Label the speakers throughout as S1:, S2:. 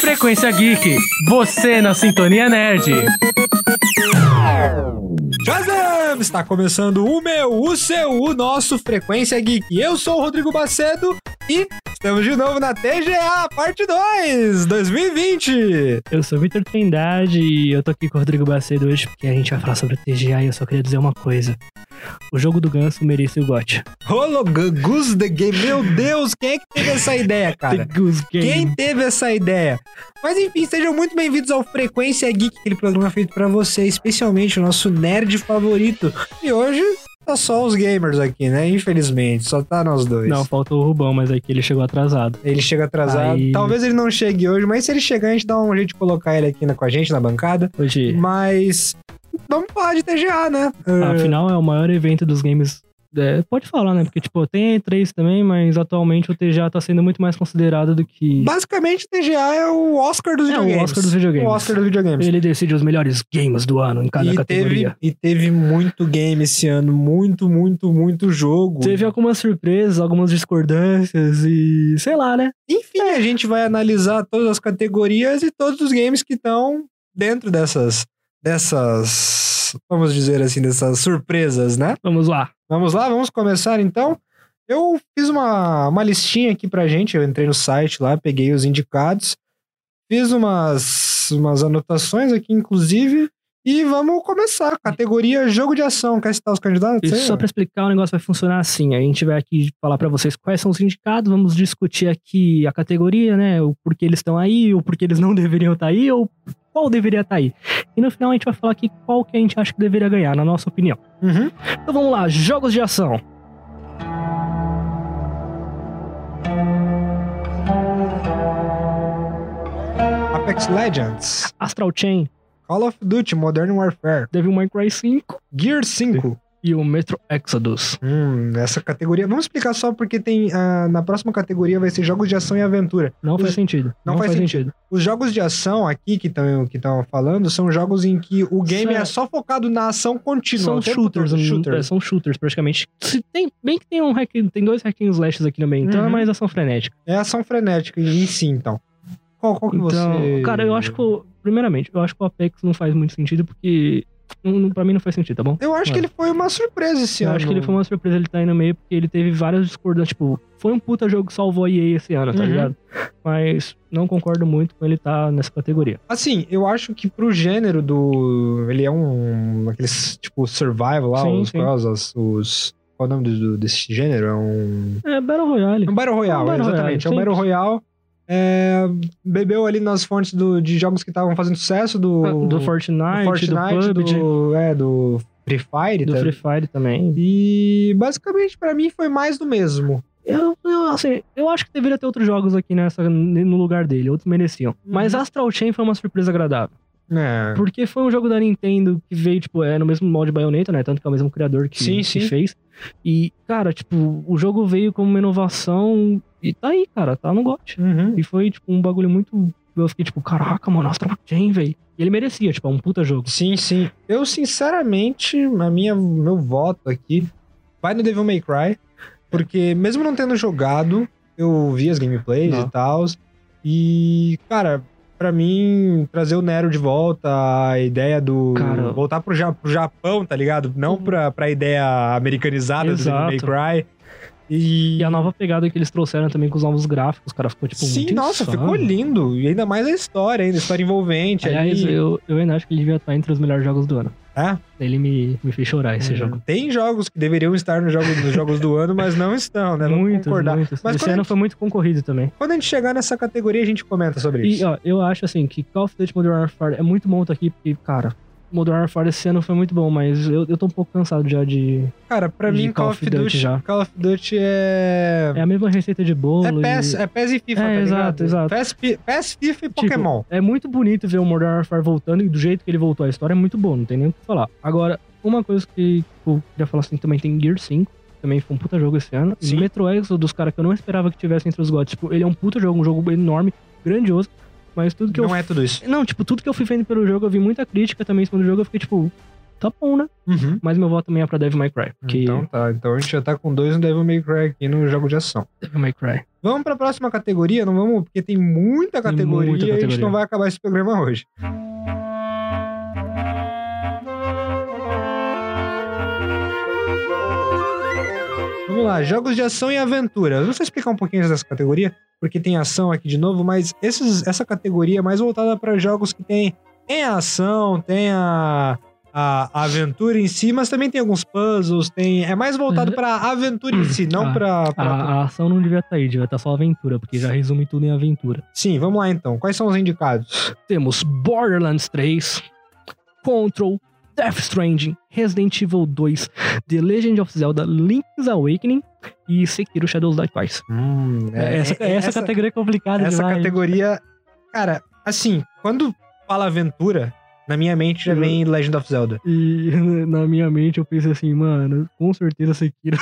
S1: Frequência Geek, você na Sintonia Nerd.
S2: Shazam! Está começando o meu, o seu, o nosso Frequência Geek. Eu sou o Rodrigo Macedo e estamos de novo na TGA, parte 2, 2020.
S3: Eu sou o Vitor Trindade e eu tô aqui com o Rodrigo Bacedo hoje porque a gente vai falar sobre o TGA e eu só queria dizer uma coisa. O jogo do ganso merece o gote.
S2: Hologus the Game, meu Deus, quem é que teve essa ideia, cara? Quem teve essa ideia? Mas enfim, sejam muito bem-vindos ao Frequência Geek, aquele programa feito pra você, especialmente o nosso nerd favorito. E hoje tá só os gamers aqui, né? Infelizmente, só tá nós dois.
S3: Não, faltou o Rubão, mas aqui ele chegou atrasado.
S2: Ele chega atrasado.
S3: Aí.
S2: Talvez ele não chegue hoje, mas se ele chegar, a gente dá um jeito de colocar ele aqui na- com a gente na bancada.
S3: Hoje,
S2: Mas vamos falar de TGA, né? Ah,
S3: afinal, é o maior evento dos games. é, pode falar, né? Porque, tipo, tem E3 também, mas atualmente o TGA tá sendo muito mais considerado do que.
S2: Basicamente, TGA é o Oscar dos
S3: É, o
S2: videogames.
S3: Oscar dos videogames.
S2: O Oscar dos videogames.
S3: Ele decide os melhores games do ano em cada
S2: E
S3: categoria.
S2: teve, e teve muito game esse ano, muito, muito, muito jogo.
S3: Teve algumas surpresas, algumas discordâncias e sei lá, né?
S2: Enfim, a gente vai analisar todas as categorias e todos os games que estão dentro dessas, dessas, vamos dizer assim, dessas surpresas, né?
S3: Vamos lá.
S2: Vamos lá, vamos começar então. Eu fiz uma, uma listinha aqui pra gente, eu entrei no site lá, peguei os indicados, fiz umas, umas anotações aqui, inclusive, e vamos começar. Categoria jogo de ação. Quer citar os candidatos?
S3: Isso
S2: aí?
S3: só pra explicar, o negócio vai funcionar assim. A gente vai aqui falar pra vocês quais são os indicados, vamos discutir aqui a categoria, né? O porquê eles estão aí, ou porquê eles não deveriam estar aí, ou qual deveria estar aí. E no final a gente vai falar aqui qual que a gente acha que deveria ganhar, na nossa opinião.
S2: Uhum.
S3: Então vamos lá, jogos de ação.
S2: Apex Legends,
S3: Astral Chain,
S2: Call of Duty Modern Warfare,
S3: Devil May Cry 5
S2: Gear 5.
S3: e o Metro Exodus.
S2: Hum, essa categoria. Vamos explicar só porque tem. ah, na próxima categoria vai ser jogos de ação e aventura.
S3: Não faz
S2: Os-
S3: sentido.
S2: não faz sentido. Os jogos de ação aqui que estão que tão falando são jogos em que o game
S3: Certo.
S2: é só focado na ação contínua.
S3: São
S2: o tempo
S3: shooters,
S2: todo,
S3: um- é,
S2: shooters.
S3: são shooters praticamente. Se tem, bem que tem um hack, tem dois hack and slashes aqui também, então
S2: Uhum.
S3: é mais ação frenética.
S2: É ação frenética em si, então. Qual, qual que
S3: né? Então,
S2: você.
S3: cara, eu acho que o- primeiramente, eu acho que o Apex não faz muito sentido porque não, não- pra mim não faz sentido, tá bom?
S2: Eu acho que
S3: Mano.
S2: ele foi uma surpresa esse
S3: eu
S2: ano.
S3: acho que ele foi uma surpresa ele tá aí no meio porque ele teve várias discordâncias, tipo, foi um puta jogo que salvou a EA esse ano, tá
S2: Uhum.
S3: ligado? Mas não concordo muito com ele tá nessa categoria.
S2: Assim, eu acho que pro gênero do. Ele é um. Aqueles, tipo, survival lá,
S3: Sim,
S2: os,
S3: sim.
S2: quais os, os- Qual é o nome do- desse gênero? É um.
S3: É Battle Royale.
S2: É um Battle Royale,
S3: É um Battle Royale,
S2: exatamente. é um Battle
S3: simples.
S2: Royale. É, bebeu ali nas fontes do- de jogos que estavam fazendo sucesso
S3: Ah,
S2: do,
S3: Do
S2: do
S3: Fortnite,
S2: Fortnite,
S3: do PUBG, do,
S2: do- é, do Free Fire. tá?
S3: Free Fire também.
S2: E basicamente pra mim foi mais do mesmo.
S3: Eu, eu, assim, eu acho que deveria ter outros jogos aqui nessa, no lugar dele, outros mereciam.
S2: Uhum.
S3: Mas Astral Chain foi uma surpresa agradável.
S2: É.
S3: Porque foi um jogo da Nintendo que veio, tipo, é no mesmo molde Bayonetta, né? Tanto que é o mesmo criador que,
S2: Sim,
S3: que
S2: sim.
S3: fez. E, cara, tipo, o jogo veio como uma inovação e tá aí, cara, tá no GOT.
S2: Uhum.
S3: E foi, tipo, um bagulho muito. Eu fiquei, tipo, caraca, mano, Astral Chain, velho. E ele merecia, tipo, é um puta jogo.
S2: Sim, sim. Eu, sinceramente, a minha, meu voto aqui vai no Devil May Cry, porque mesmo não tendo jogado, eu vi as gameplays
S3: Não.
S2: e tal. E, cara, pra mim, trazer o Nero de volta, a ideia do.
S3: Cara.
S2: voltar pro, Ja- pro Japão, tá ligado? Não pra, pra ideia americanizada do
S3: Exato.
S2: Devil May Cry. E.
S3: E a nova pegada que eles trouxeram também com os novos gráficos, cara, ficou, tipo,
S2: Sim,
S3: muito
S2: nossa,
S3: insano.
S2: ficou lindo. E ainda mais a história, ainda, a história envolvente.
S3: Aliás,
S2: ali.
S3: eu, eu ainda acho que ele devia estar entre os melhores jogos do ano.
S2: É?
S3: Ele me, me fez chorar esse
S2: Hum,
S3: jogo.
S2: Tem jogos que deveriam estar nos jogos, nos jogos do ano, mas não estão, né? Vamos
S3: Muito,
S2: concordar.
S3: muito.
S2: Mas
S3: esse
S2: quando a
S3: ano
S2: gente-
S3: foi muito concorrido também.
S2: Quando a gente chegar nessa categoria, a gente comenta sobre
S3: E
S2: isso.
S3: ó, eu acho assim que Call of Duty Modern Warfare é muito bom tá aqui, porque, cara, Modern Warfare esse ano foi muito bom, mas eu, eu tô um pouco cansado já de.
S2: Cara, pra
S3: de
S2: mim, Call of Duty,
S3: já.
S2: Call of Duty é.
S3: É a mesma receita de bolo.
S2: É
S3: e-
S2: PES, é PES e FIFA,
S3: É,
S2: tá ligado?
S3: exato, exato.
S2: PES, fi- PES, FIFA e
S3: Tipo,
S2: Pokémon.
S3: É muito bonito ver o Modern Warfare voltando e do jeito que ele voltou. A história é muito boa, não tem nem o que falar. Agora, uma coisa que eu queria falar assim também tem Gear 5. Também foi um puta jogo esse ano.
S2: Sim.
S3: E Metro Exodus, cara, que eu não esperava que tivesse entre os gods. Tipo, ele é um puta jogo, um jogo enorme, grandioso. Mas tudo que eu
S2: não é tudo isso.
S3: Não, tipo, tudo que eu fui vendo pelo jogo, eu vi muita crítica também em cima do jogo. Eu fiquei tipo, tá bom, né?
S2: Uhum.
S3: Mas meu voto também é pra Devil May Cry. Porque
S2: Então tá, então a gente já tá com dois no Devil May Cry aqui no jogo de ação.
S3: Devil May Cry.
S2: Vamos pra próxima categoria, não vamos, porque tem muita
S3: Tem
S2: categoria
S3: muita
S2: e a gente
S3: categoria.
S2: não vai acabar esse programa hoje. Vamos lá, jogos de ação e aventura. Eu vou só explicar um pouquinho dessa categoria, porque tem ação aqui de novo, mas esses- essa categoria é mais voltada para jogos que tem, tem a ação, tem a, a a aventura em si, mas também tem alguns puzzles, tem é mais voltado
S3: Uhum.
S2: pra aventura em si, não
S3: Ah,
S2: pra. pra-
S3: A, a ação não devia estar aí, devia estar só aventura, porque já resume tudo em aventura.
S2: Sim, vamos lá então. Quais são os indicados?
S3: Temos Borderlands 3, Control, Death Stranding, Resident Evil 2, The Legend of Zelda, Link's Awakening e Sekiro Shadows Die Twice.
S2: Hum,
S3: É, essa, é essa categoria é complicada
S2: essa
S3: demais.
S2: categoria. Cara, assim, quando fala aventura, na minha mente já
S3: Hum.
S2: vem Legend of Zelda.
S3: E na minha mente eu pensei assim, mano, com certeza Sekiro.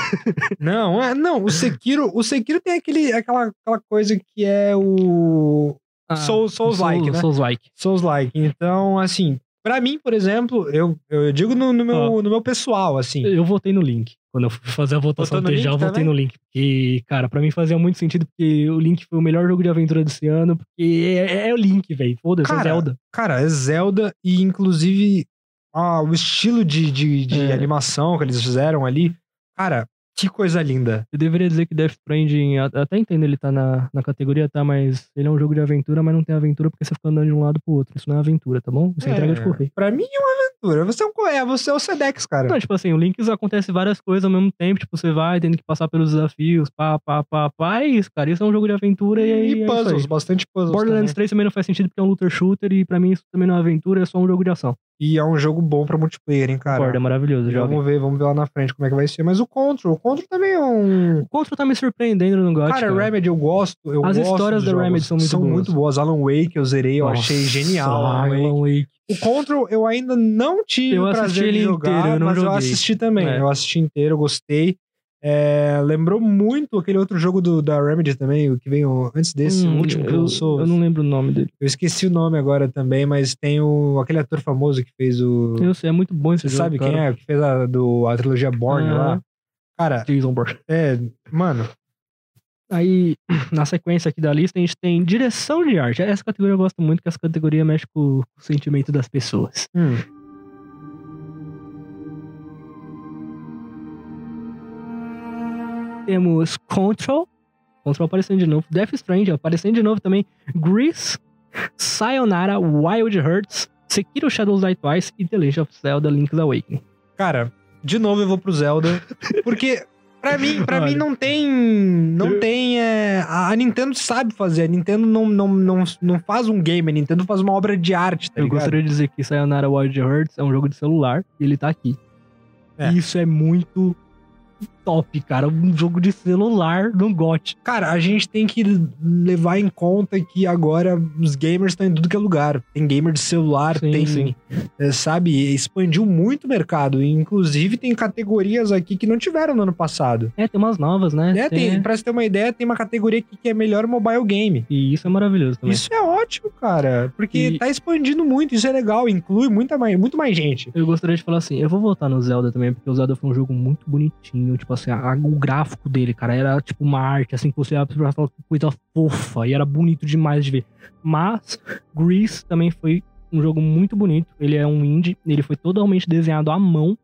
S2: Não, é- não, o Sekiro, o Sekiro tem aquele, aquela, aquela coisa que é o
S3: Ah,
S2: Soul- Souls-like, né?
S3: Souls-like.
S2: Souls-like. Então, assim, pra mim, por exemplo, eu, eu digo no, no meu, no meu pessoal, assim.
S3: Eu votei no Link. Quando eu fui fazer a votação
S2: Votou
S3: do
S2: no
S3: TJ, eu
S2: Link
S3: votei
S2: também?
S3: no Link. Porque, cara, pra mim fazia muito sentido, porque o Link foi o melhor jogo de aventura desse ano, porque é, é o Link, velho. Foda-se, é
S2: Cara,
S3: Zelda.
S2: Cara, é Zelda e, inclusive, ah, o estilo de, de, de
S3: É.
S2: animação que eles fizeram ali. Cara, que coisa linda.
S3: Eu deveria dizer que Death Stranding, a- até entendo ele tá na, na categoria, tá? Mas ele é um jogo de aventura, mas não tem aventura porque você fica andando de um lado pro outro. Isso não é aventura, tá bom? Isso é,
S2: É.
S3: entrega de correio.
S2: Pra mim é uma aventura. Você é, um, co- é, você é o Sedex, cara.
S3: Não, tipo assim, o Links acontece várias coisas ao mesmo tempo. Tipo, você vai tendo que passar pelos desafios, pá, pá, pá, pá. É isso, cara. Isso é um jogo de aventura e, aí é
S2: E
S3: isso aí.
S2: puzzles, bastante puzzles.
S3: Borderlands
S2: também.
S3: 3 também não faz sentido porque é um looter shooter e pra mim isso também não é aventura, é só um jogo de ação.
S2: E é um jogo bom pra multiplayer, hein, cara.
S3: Concordo, é maravilhoso. Joga.
S2: vamos ver, vamos ver lá na frente como é que vai ser. Mas o Control, o Control também é um.
S3: O Contra tá me surpreendendo no GOT.
S2: Cara, Remedy, eu gosto. Eu
S3: As
S2: gosto
S3: histórias
S2: dos
S3: da
S2: jogos.
S3: Remedy são muito
S2: são
S3: boas.
S2: muito boas. Alan Wake eu zerei, eu achei genial. Alan Wake.
S3: Alan Wake.
S2: O Control eu ainda não tive
S3: Eu
S2: o
S3: assisti
S2: prazer de
S3: ele
S2: jogar,
S3: inteiro, eu não
S2: mas eu
S3: joguei.
S2: assisti também.
S3: É.
S2: Eu assisti inteiro, eu gostei. É, lembrou muito aquele outro jogo do, da Remedy também, o que veio antes desse,
S3: Hum,
S2: o último que
S3: eu,
S2: lançou.
S3: eu não lembro o nome dele.
S2: Eu esqueci o nome agora também, mas tem o, aquele ator famoso que fez o.
S3: Eu sei, é muito bom esse
S2: Você
S3: jogo.
S2: sabe quem
S3: cara.
S2: é? Que fez a, do, a trilogia Born
S3: Ah.
S2: lá. Cara,
S3: Jason Bourne.
S2: é. Mano,
S3: Aí, na sequência aqui da lista, a gente tem direção de arte. Essa categoria eu gosto muito, que é essa categoria mexe com o sentimento das pessoas.
S2: hum,
S3: Temos Control. Control aparecendo de novo. Death Stranding aparecendo de novo também. Grease. Sayonara. Wild Hearts. Sekiro Shadows Die Twice. E The Legend of Zelda Link's
S2: Tá
S3: Awakening.
S2: cara, de novo eu vou pro Zelda. Porque. Pra mim, pra mim
S3: Olha.
S2: não tem. Não
S3: Eu-
S2: tem. é, a a Nintendo sabe fazer. A Nintendo não, não, não, não faz um game. A Nintendo faz uma obra de arte, tá
S3: Eu
S2: ligado?
S3: gostaria de dizer que Sayonara Wild Hearts é um jogo de celular. E ele tá aqui.
S2: É.
S3: Isso é muito top, cara. Um jogo de celular no GOT.
S2: Cara, a gente tem que levar em conta que agora os gamers estão em tudo que é lugar. Tem gamer de celular,
S3: Sim,
S2: tem.
S3: sim.
S2: é, sabe? Expandiu muito o mercado. Inclusive, tem categorias aqui que não tiveram no ano passado.
S3: É, tem umas novas, né?
S2: Né? Tem, pra você ter uma ideia, tem uma categoria aqui que é melhor mobile game.
S3: E isso é maravilhoso também.
S2: Isso é ótimo, cara. Porque
S3: E-
S2: tá expandindo muito, isso é legal, inclui muita mais, muito mais gente.
S3: Eu gostaria de falar assim, eu vou voltar no Zelda também, porque o Zelda foi um jogo muito bonitinho, tipo assim, a- o gráfico dele, cara, era tipo uma arte, assim, que você ia pra falar que coisa fofa, e era bonito demais de ver. Mas, Grease também foi um jogo muito bonito, ele é um indie, ele foi totalmente desenhado à mão,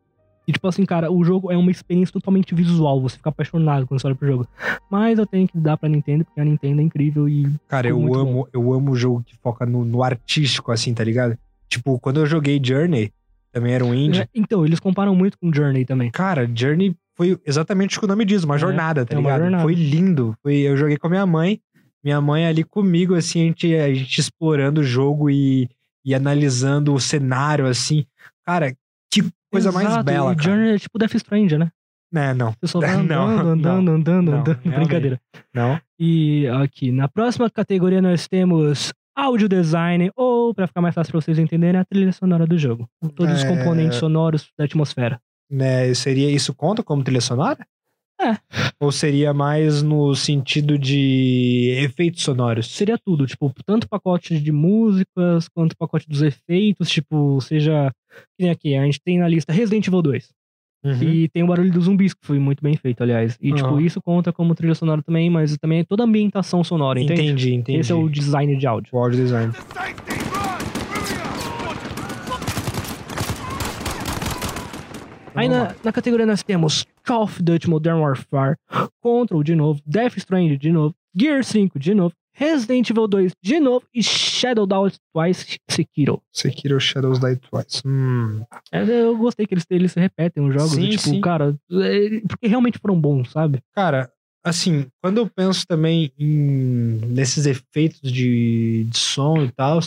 S3: e tipo assim, cara, o jogo é uma experiência totalmente visual, você fica apaixonado quando você olha pro jogo. Mas eu tenho que dar pra Nintendo, porque a Nintendo é incrível e
S2: Cara, eu
S3: Ficou muito
S2: amo, eu amo jogo que foca no, no artístico, assim, tá ligado? Tipo, quando eu joguei Journey, também era um indie.
S3: Então, eles comparam muito com Journey também.
S2: Cara, Journey foi exatamente o que o nome diz, uma
S3: É,
S2: jornada, tá
S3: é uma
S2: ligado?
S3: jornada.
S2: Foi lindo. Foi, eu joguei com a minha mãe, minha mãe ali comigo, assim, a gente, a gente explorando o jogo e, e analisando o cenário, assim. Cara, que coisa mais
S3: Exato,
S2: bela,
S3: e
S2: cara.
S3: Journey é tipo Death Stranding, né?
S2: É, não,
S3: Você só vai
S2: Não,
S3: andando, andando, andando,
S2: não,
S3: andando.
S2: realmente.
S3: Brincadeira.
S2: não.
S3: E aqui, na próxima categoria nós temos áudio design, ou, pra ficar mais fácil pra vocês entenderem, a trilha sonora do jogo. Todos os
S2: É.
S3: componentes sonoros da atmosfera.
S2: Né, seria isso conta como trilha sonora?
S3: É.
S2: Ou seria mais no sentido de efeitos sonoros?
S3: Seria tudo, tipo, tanto pacote de músicas, quanto pacote dos efeitos, tipo, seja. Que nem aqui, a gente tem na lista Resident Evil 2.
S2: Uhum.
S3: E tem o barulho dos zumbis, que foi muito bem feito, aliás. E, tipo,
S2: Aham.
S3: isso conta como trilha sonora também, mas também é toda a ambientação sonora, entende?
S2: Entendi, entendi.
S3: Esse é o design de áudio.
S2: o audio design.
S3: Aí na, na categoria nós temos Call of Duty Modern Warfare, Control de novo, Death Stranding de novo, Gear 5 de novo, Resident Evil 2 de novo e Shadow Down Twice Sekiro.
S2: Sekiro Shadows Die Twice. Hum.
S3: É, Eu gostei que eles, eles repetem os jogos,
S2: Sim,
S3: e, tipo,
S2: sim.
S3: cara, é, porque realmente foram bons, sabe?
S2: Cara, assim, quando eu penso também em- nesses efeitos de, de som e tal,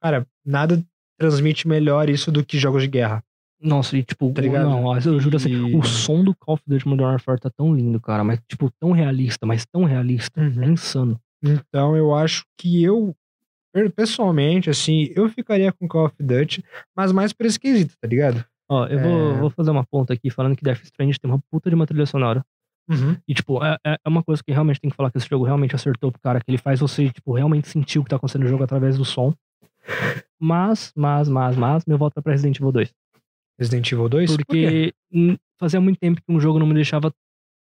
S2: cara, nada transmite melhor isso do que jogos de guerra.
S3: Nossa, e tipo,
S2: Tá ligado?
S3: não, ó, eu juro assim,
S2: E-
S3: o som do Call of Duty Modern Warfare tá tão lindo, cara, mas tipo, tão realista, mas tão realista, é insano.
S2: Então eu acho que eu, per- pessoalmente, assim, eu ficaria com Call of Duty, mas mais por esse quesito, tá ligado?
S3: Ó, eu
S2: É.
S3: vou, vou fazer uma ponta aqui falando que Death Stranding tem uma puta de uma trilha sonora.
S2: Uhum.
S3: E, tipo, é, é é uma coisa que realmente tem que falar que esse jogo realmente acertou pro cara, que ele faz você, tipo, realmente sentir o que tá acontecendo no jogo através do som. Mas, mas, mas, mas, meu voto é pra Resident Evil 2.
S2: Resident Evil 2? Por
S3: Porque
S2: quê?
S3: hum, fazia muito tempo que um jogo não me deixava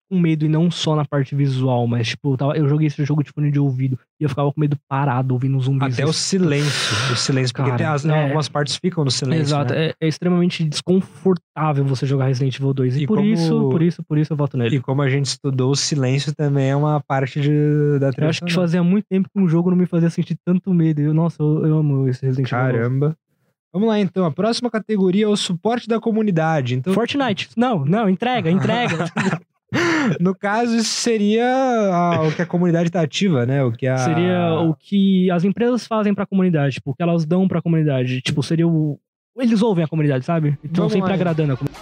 S3: com medo, e não só na parte visual, mas, tipo, eu, tava- eu joguei esse jogo de fone de ouvido e eu ficava com medo parado ouvindo um zumbi.
S2: Até o silêncio. O silêncio, porque
S3: Cara,
S2: tem as- né,
S3: é.
S2: algumas partes ficam no silêncio.
S3: Exato,
S2: né?
S3: é, é extremamente desconfortável você jogar Resident Evil 2. E,
S2: E
S3: por
S2: como-
S3: isso, por isso, por isso eu voto nele.
S2: E como a gente estudou, o silêncio também é uma parte de, da né?
S3: Eu
S2: trilha
S3: acho que
S2: sonora.
S3: fazia muito tempo que um jogo não me fazia sentir tanto medo. Eu, nossa, eu, eu amo esse Resident
S2: Tipo,
S3: Evil.
S2: Caramba. Vamos lá então, a próxima categoria é o suporte da comunidade. Então,
S3: Fortnite. Não, não, entrega, entrega.
S2: no caso, isso seria a- o que a comunidade está ativa, né? O que a...
S3: seria o que as empresas fazem pra comunidade, tipo, o que elas dão pra comunidade. Tipo, seria o. Eles ouvem a comunidade, sabe? Então
S2: Vamos
S3: sempre
S2: lá.
S3: agradando a comunidade.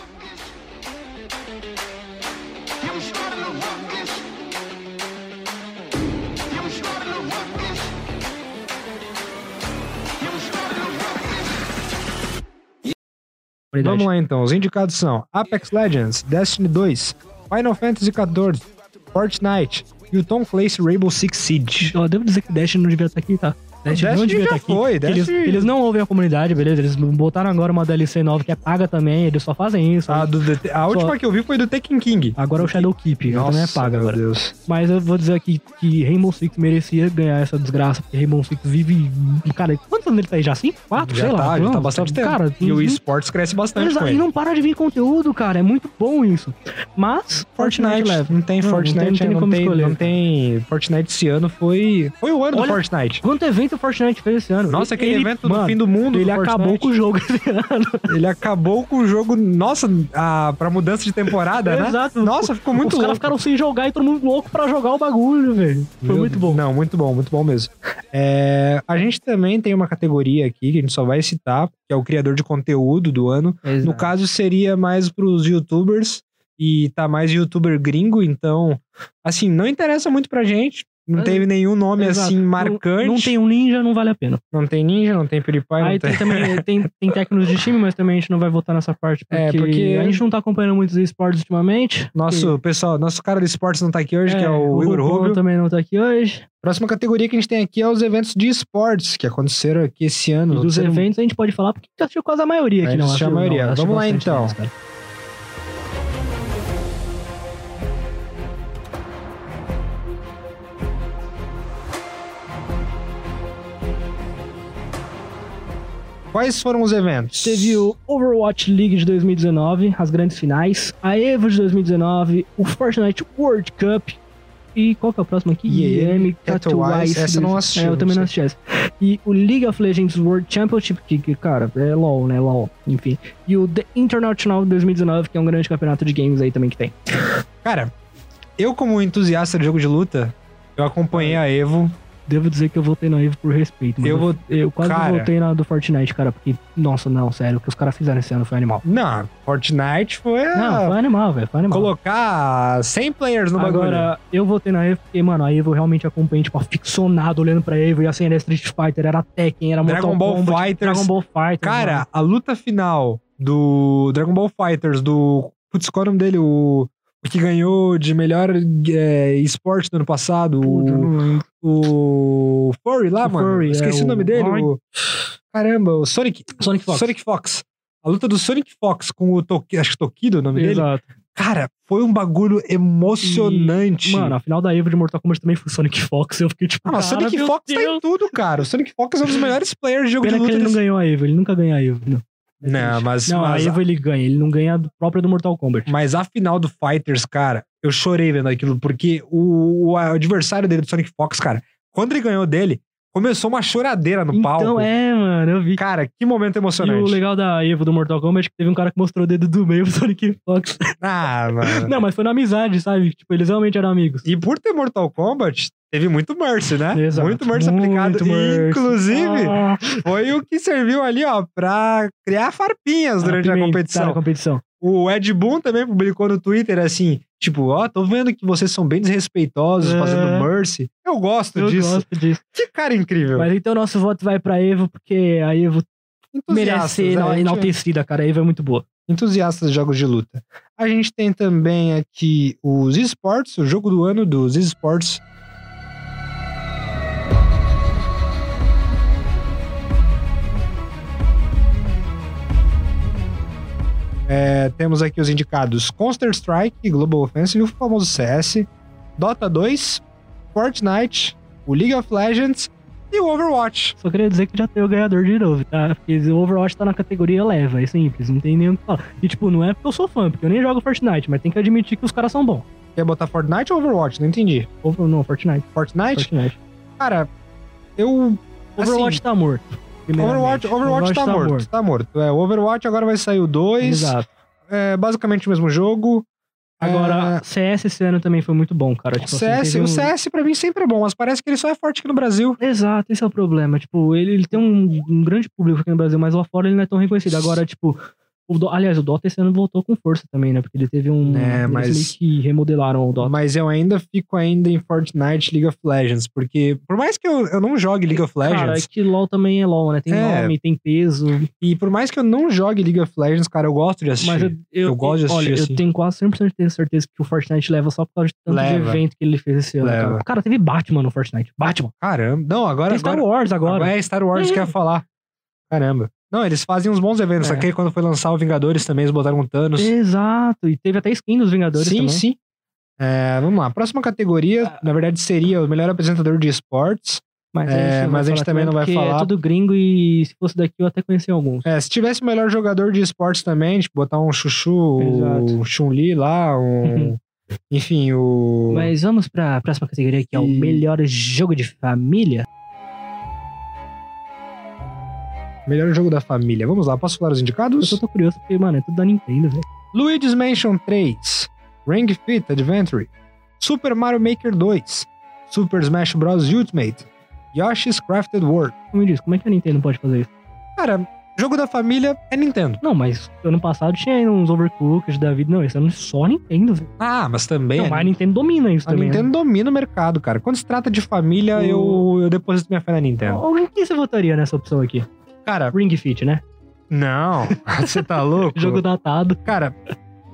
S2: Vamos lá então, os indicados são Apex Legends, Destiny 2, Final Fantasy XIV, Fortnite e o Tom Clancy Rainbow Six Siege.
S3: Eu devo dizer que Dash não devia estar aqui, tá? Dash, não
S2: Destiny
S3: devia
S2: já
S3: estar aqui.
S2: foi,
S3: que eles,
S2: Destiny-
S3: eles não ouvem a comunidade, beleza? Eles botaram agora uma DLC nova que é paga também, eles só fazem isso.
S2: A, do The- a última que eu vi foi do Tekken King.
S3: Agora é o Shadow Keep, ela também é paga
S2: meu
S3: agora.
S2: Deus.
S3: Mas eu vou dizer aqui que Rainbow Six merecia ganhar essa desgraça, porque Rainbow Six vive. Cara, quantos anos ele tá aí já? Cinco? Quatro?
S2: Já
S3: sei
S2: tá,
S3: lá.
S2: já
S3: não,
S2: tá bastante tempo.
S3: Cara,
S2: E o
S3: não-
S2: esportes cresce bastante
S3: eles-
S2: com
S3: e
S2: ele.
S3: não para de vir conteúdo, cara. É muito bom isso. Mas.
S2: Fortnite,
S3: leva.
S2: não tem
S3: Não, não tem-
S2: Fortnite,
S3: não tem
S2: não
S3: como
S2: tem,
S3: escolher.
S2: não tem- Fortnite esse ano foi, foi o ano
S3: Olha-
S2: do Fortnite.
S3: Quanto evento o Fortnite fez esse ano?
S2: Nossa, aquele
S3: Ele-
S2: evento
S3: mano,
S2: do fim do mundo
S3: Ele
S2: do Fortnite.
S3: acabou com o jogo esse ano.
S2: Ele acabou com o jogo, nossa, a, pra mudança de temporada, né?
S3: Exato.
S2: Nossa, ficou muito
S3: Os
S2: louco.
S3: caras ficaram sem jogar e todo mundo louco pra jogar o bagulho, velho. Foi
S2: Meu-
S3: muito bom.
S2: Não, muito bom, muito bom mesmo. É, a gente também tem uma categoria aqui que a gente só vai citar, que é o criador de conteúdo do ano. No caso, seria mais pros youtubers e tá mais youtuber gringo, então, assim, não interessa muito pra gente. Não
S3: É,
S2: teve nenhum nome
S3: exato.
S2: assim
S3: Não-
S2: marcante.
S3: Não tem um ninja, não vale a pena.
S2: Não tem ninja, não tem PewDiePie, não
S3: Aí
S2: tem...
S3: tem também tem, tem técnicos de time, mas também a gente não vai votar nessa parte. Porque,
S2: É, porque-
S3: a gente não tá acompanhando muitos esportes ultimamente.
S2: Nosso, pessoal, nosso cara do esportes não tá aqui hoje,
S3: É,
S2: que é o Igor
S3: Rubão
S2: Rubio.
S3: também não tá aqui hoje.
S2: Próxima categoria que a gente tem aqui é os eventos de esportes, que aconteceram aqui esse
S3: E
S2: ano.
S3: dos
S2: Aconteceram-
S3: eventos a gente pode falar porque assistiu quase a maioria
S2: A
S3: aqui,
S2: gente
S3: não.
S2: assistiu
S3: assistiu,
S2: a
S3: não,
S2: maioria.
S3: assistiu
S2: Vamos lá,
S3: bastante né,
S2: então.
S3: deles, cara.
S2: Quais foram os eventos?
S3: Teve o Overwatch League de 2019, as grandes finais, a EVO de 2019, o Fortnite World Cup e qual que é o próximo aqui?
S2: EA Tatuais.
S3: Tatuais.
S2: Essa eu não assisti,
S3: É, eu
S2: não
S3: também
S2: sei.
S3: não assisti essa. E o League of Legends World Championship, que, que, cara, é LOL, né? LOL, enfim. E o The International 2019, que é um grande campeonato de games aí também que tem.
S2: Cara, eu como entusiasta de jogo de luta, eu acompanhei a Evo.
S3: Devo dizer que eu votei na EVO por respeito, mas
S2: Eu
S3: eu,
S2: vou-
S3: eu quase
S2: cara.
S3: votei na do Fortnite, cara, porque, nossa, não, sério, o que os caras fizeram esse ano foi animal.
S2: Não, Fortnite foi a-
S3: Não, foi animal, velho, foi animal.
S2: colocar 100 players no bagulho.
S3: Agora, eu votei na Evo porque, mano, a Evo eu realmente acompanhei, tipo, aficionado olhando pra Evo. E assim, era Street Fighter, era Tekken, era
S2: Dragon
S3: Mortal
S2: Ball
S3: Kombat,
S2: Fighters.
S3: Dragon Ball Fighter. mano.
S2: Cara, a luta final do Dragon Ball Fighters do putz qual é o nome dele, o que ganhou de melhor é, esporte no ano passado,
S3: Puta, eu
S2: o,
S3: não lembro.
S2: o Furry lá,
S3: O
S2: mano.
S3: Furry,
S2: Esqueci
S3: é,
S2: o nome
S3: o-
S2: dele.
S3: Ai.
S2: o- Caramba, o Sonic
S3: Sonic Fox.
S2: Sonic Fox. A luta do Sonic Fox com o Toki, acho que Tokido é o nome dele.
S3: Exato.
S2: Cara, foi um bagulho emocionante.
S3: Mano, a final da Evo de Mortal Kombat também foi Sonic Fox. Eu fiquei tipo,
S2: Ah, mas
S3: cara,
S2: Sonic
S3: meu
S2: Fox tá
S3: Deus.
S2: em tudo, cara. O Sonic Fox é um dos melhores players de jogo
S3: Pena que
S2: de luta.
S3: ele não
S2: desse-
S3: ganhou a Evo. Ele nunca ganha a Evo. Não,
S2: Não, mas,
S3: não a
S2: mas,
S3: Evo ele ganha. Ele não ganha a do- própria do Mortal Kombat.
S2: mas a final do Fighters, cara, eu chorei vendo aquilo, porque o, o adversário dele do Sonic Fox, cara, quando ele ganhou dele, começou uma choradeira no
S3: Então
S2: palco.
S3: é, mano. Eu vi.
S2: Cara, que momento
S3: E o
S2: emocionante.
S3: legal da Evo do Mortal Kombat é que teve um cara que mostrou o dedo do meio pro Sonic Fox.
S2: Ah, mano.
S3: Não, mas foi na amizade, sabe? Tipo, eles realmente eram amigos.
S2: E por ter Mortal Kombat, teve muito Mercy, né?
S3: Exato.
S2: Muito Mercy
S3: Muito
S2: aplicado.
S3: Mercy.
S2: Inclusive,
S3: Ah,
S2: foi o que serviu ali, ó, pra criar farpinhas durante a
S3: apimentaram
S2: competição.
S3: a competição.
S2: O Ed Boon também publicou no Twitter assim, tipo, ó, tô vendo que vocês são bem desrespeitosos
S3: É.
S2: fazendo mercy. Eu gosto
S3: Eu
S2: disso.
S3: gosto disso.
S2: Que cara incrível.
S3: Mas então nosso voto vai pra Evo, porque a Evo merece
S2: Entusiastas,
S3: ser
S2: né? A
S3: enal-
S2: gente é
S3: enaltecida, cara. A Evo é muito boa.
S2: Entusiastas de jogos de luta. A gente tem também aqui os esportes, o jogo do ano dos esportes. É, temos aqui os indicados Counter Strike, Global Offensive, o famoso CS, Dota 2, Fortnite, o League of Legends e o Overwatch.
S3: Só queria dizer que já tem o ganhador de novo, tá? Porque o Overwatch tá na categoria leva, é simples, não tem nem o que falar. E tipo, não é porque eu sou fã, porque eu nem jogo Fortnite, mas tem que admitir que os caras são bons.
S2: Quer botar Fortnite ou Overwatch? Não entendi.
S3: Over, não, Fortnite,
S2: Fortnite?
S3: Fortnite.
S2: Cara, eu
S3: Overwatch tá morto. primeiramente.
S2: assim, Overwatch, Overwatch tá, morto, tá morto. É, o Overwatch agora vai sair o 2.
S3: Exato.
S2: É basicamente o mesmo jogo. É,
S3: Agora, CS esse ano também foi muito bom, cara. Tipo, assim,
S2: CS,
S3: teve
S2: o
S3: um-
S2: CS pra mim sempre é bom, mas parece que ele só é forte aqui no Brasil.
S3: Exato, esse é o problema. Tipo, ele, ele tem um, um grande público aqui no Brasil, mas lá fora ele não é tão reconhecido. Agora, tipo, o Do- aliás, o Dota esse ano voltou com força também, né? Porque ele teve um.
S2: É,
S3: eles
S2: mas-
S3: meio que remodelaram o Dota.
S2: Mas eu ainda fico ainda em Fortnite League of Legends, porque por mais que eu, eu não jogue League of
S3: Cara, é
S2: Legends,
S3: que LOL também é LOL, né? Tem
S2: É.
S3: nome, tem peso.
S2: e por mais que eu não jogue League of Legends, cara, eu gosto de assistir.
S3: Mas eu, eu,
S2: Eu gosto de assistir,
S3: Olha,
S2: assim.
S3: eu tenho quase 100% de certeza que o Fortnite leva só por causa de tanto de
S2: Leva.
S3: evento que ele fez esse ano.
S2: Leva.
S3: Cara. cara, teve Batman no Fortnite. Batman.
S2: Caramba. Não, agora,
S3: Tem Star
S2: agora,
S3: Wars agora.
S2: agora é Star Wars
S3: É.
S2: que eu ia falar. Caramba. Não, eles fazem uns bons eventos.
S3: É.
S2: Aqui quando foi lançar o Vingadores também, eles botaram o Thanos.
S3: Exato. E teve até skin dos Vingadores
S2: sim,
S3: também.
S2: sim. É, vamos lá. Próxima categoria,
S3: Ah.
S2: na verdade, seria o melhor apresentador de esportes.
S3: Mas, não
S2: É,
S3: vai
S2: mas a gente
S3: falar
S2: também não vai
S3: porque
S2: falar.
S3: É tudo gringo e se fosse daqui eu até conheci alguns.
S2: É, se tivesse o melhor jogador de esportes também, tipo, botar um Chuchu,
S3: Exato. Uhum.
S2: um Chun-Li lá, um. Enfim, o.
S3: Mas vamos pra próxima categoria que é o
S2: E-
S3: melhor jogo de família.
S2: Melhor jogo da família. Vamos lá, posso falar os
S3: Eu
S2: indicados?
S3: só tô curioso porque, mano, é tudo da Nintendo, velho.
S2: Luigi's Mansion 3, Ring Fit Adventure, Super Mario Maker 2, Super Smash Bros. Ultimate, Yoshi's Crafted World.
S3: Como me diz, como é que a Nintendo pode fazer isso?
S2: Cara, jogo da família é Nintendo.
S3: Não, mas ano passado tinha ainda uns overcooked da vida. Não, esse ano é só Nintendo, velho.
S2: Ah, mas também.
S3: Não,
S2: é
S3: mas a Nintendo domina isso
S2: A
S3: também. né?
S2: Nintendo domina o mercado, cara. Quando se trata de família,
S3: O-
S2: eu, eu deposito minha fé na
S3: Né?
S2: Nintendo.
S3: Alguém que você votaria nessa opção aqui?
S2: Cara,
S3: Ring Fit, né?
S2: não. Você tá louco?
S3: Jogo datado.
S2: Cara,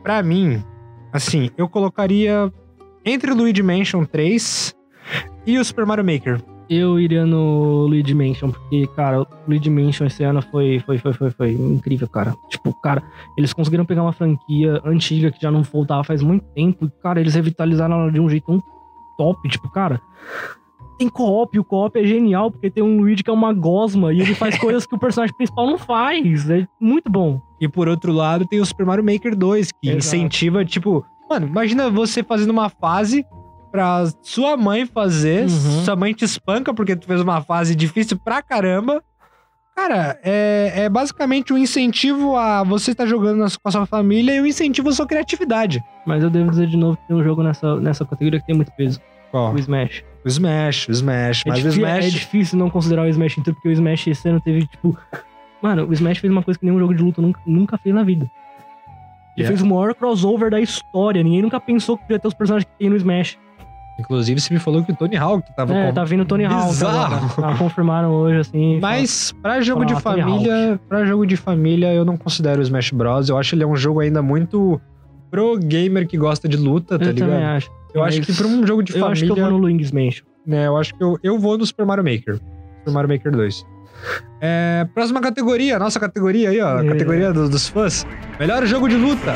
S2: pra mim, assim, eu colocaria entre o Luigi Mansion 3 e o Super Mario Maker.
S3: Eu iria no Luigi Mansion, porque, cara, o Luigi Mansion esse ano foi, foi, foi, foi, foi incrível, cara. Tipo, cara, eles conseguiram pegar uma franquia antiga que já não voltava faz muito tempo. E, cara, eles revitalizaram ela de um jeito tão top, tipo, cara. Tem co-op, e o co-op é genial, porque tem um Luigi que é uma gosma e ele faz coisas que o personagem principal não faz. É muito bom.
S2: E por outro lado, tem o Super Mario Maker 2, que
S3: Exato.
S2: incentiva, tipo, mano, imagina você fazendo uma fase pra sua mãe fazer,
S3: Uhum.
S2: sua mãe te espanca porque tu fez uma fase difícil pra caramba. Cara, é, é basicamente um incentivo a você estar jogando na- com a sua família e um incentivo à sua criatividade.
S3: Mas eu devo dizer de novo que tem um jogo nessa, nessa categoria que tem muito peso.
S2: Qual?
S3: O Smash.
S2: O Smash, o Smash, mas
S3: é,
S2: o
S3: difí- é
S2: Smash.
S3: difícil não considerar o Smash inteiro, porque o Smash esse ano teve, tipo... Mano, o Smash fez uma coisa que nenhum jogo de luta nunca, nunca fez na vida. Ele
S2: Yeah.
S3: fez o maior crossover da história. Ninguém nunca pensou que podia ter os personagens que tem no Smash.
S2: Inclusive, você me falou que o Tony Hawk tava
S3: é,
S2: com.
S3: tá vindo o Tony Hawk
S2: Bizarro.
S3: agora. Tá, confirmaram hoje, assim.
S2: Mas pra jogo
S3: Fala,
S2: de
S3: Tony Hawk.
S2: família, para jogo de família, eu não considero o Smash Bros. Eu acho ele é um jogo ainda muito pro gamer que gosta de luta, tá
S3: eu
S2: ligado?
S3: também acho.
S2: Eu acho
S3: Mas
S2: que pra um jogo de
S3: Eu acho que eu
S2: família,
S3: vou no Luigi's Mansion.
S2: né? Eu acho que eu, eu vou no Super Mario Maker. Super Mario Maker 2. É, próxima categoria, nossa categoria aí, ó. a
S3: É.
S2: Categoria do- dos fãs. Melhor jogo de luta.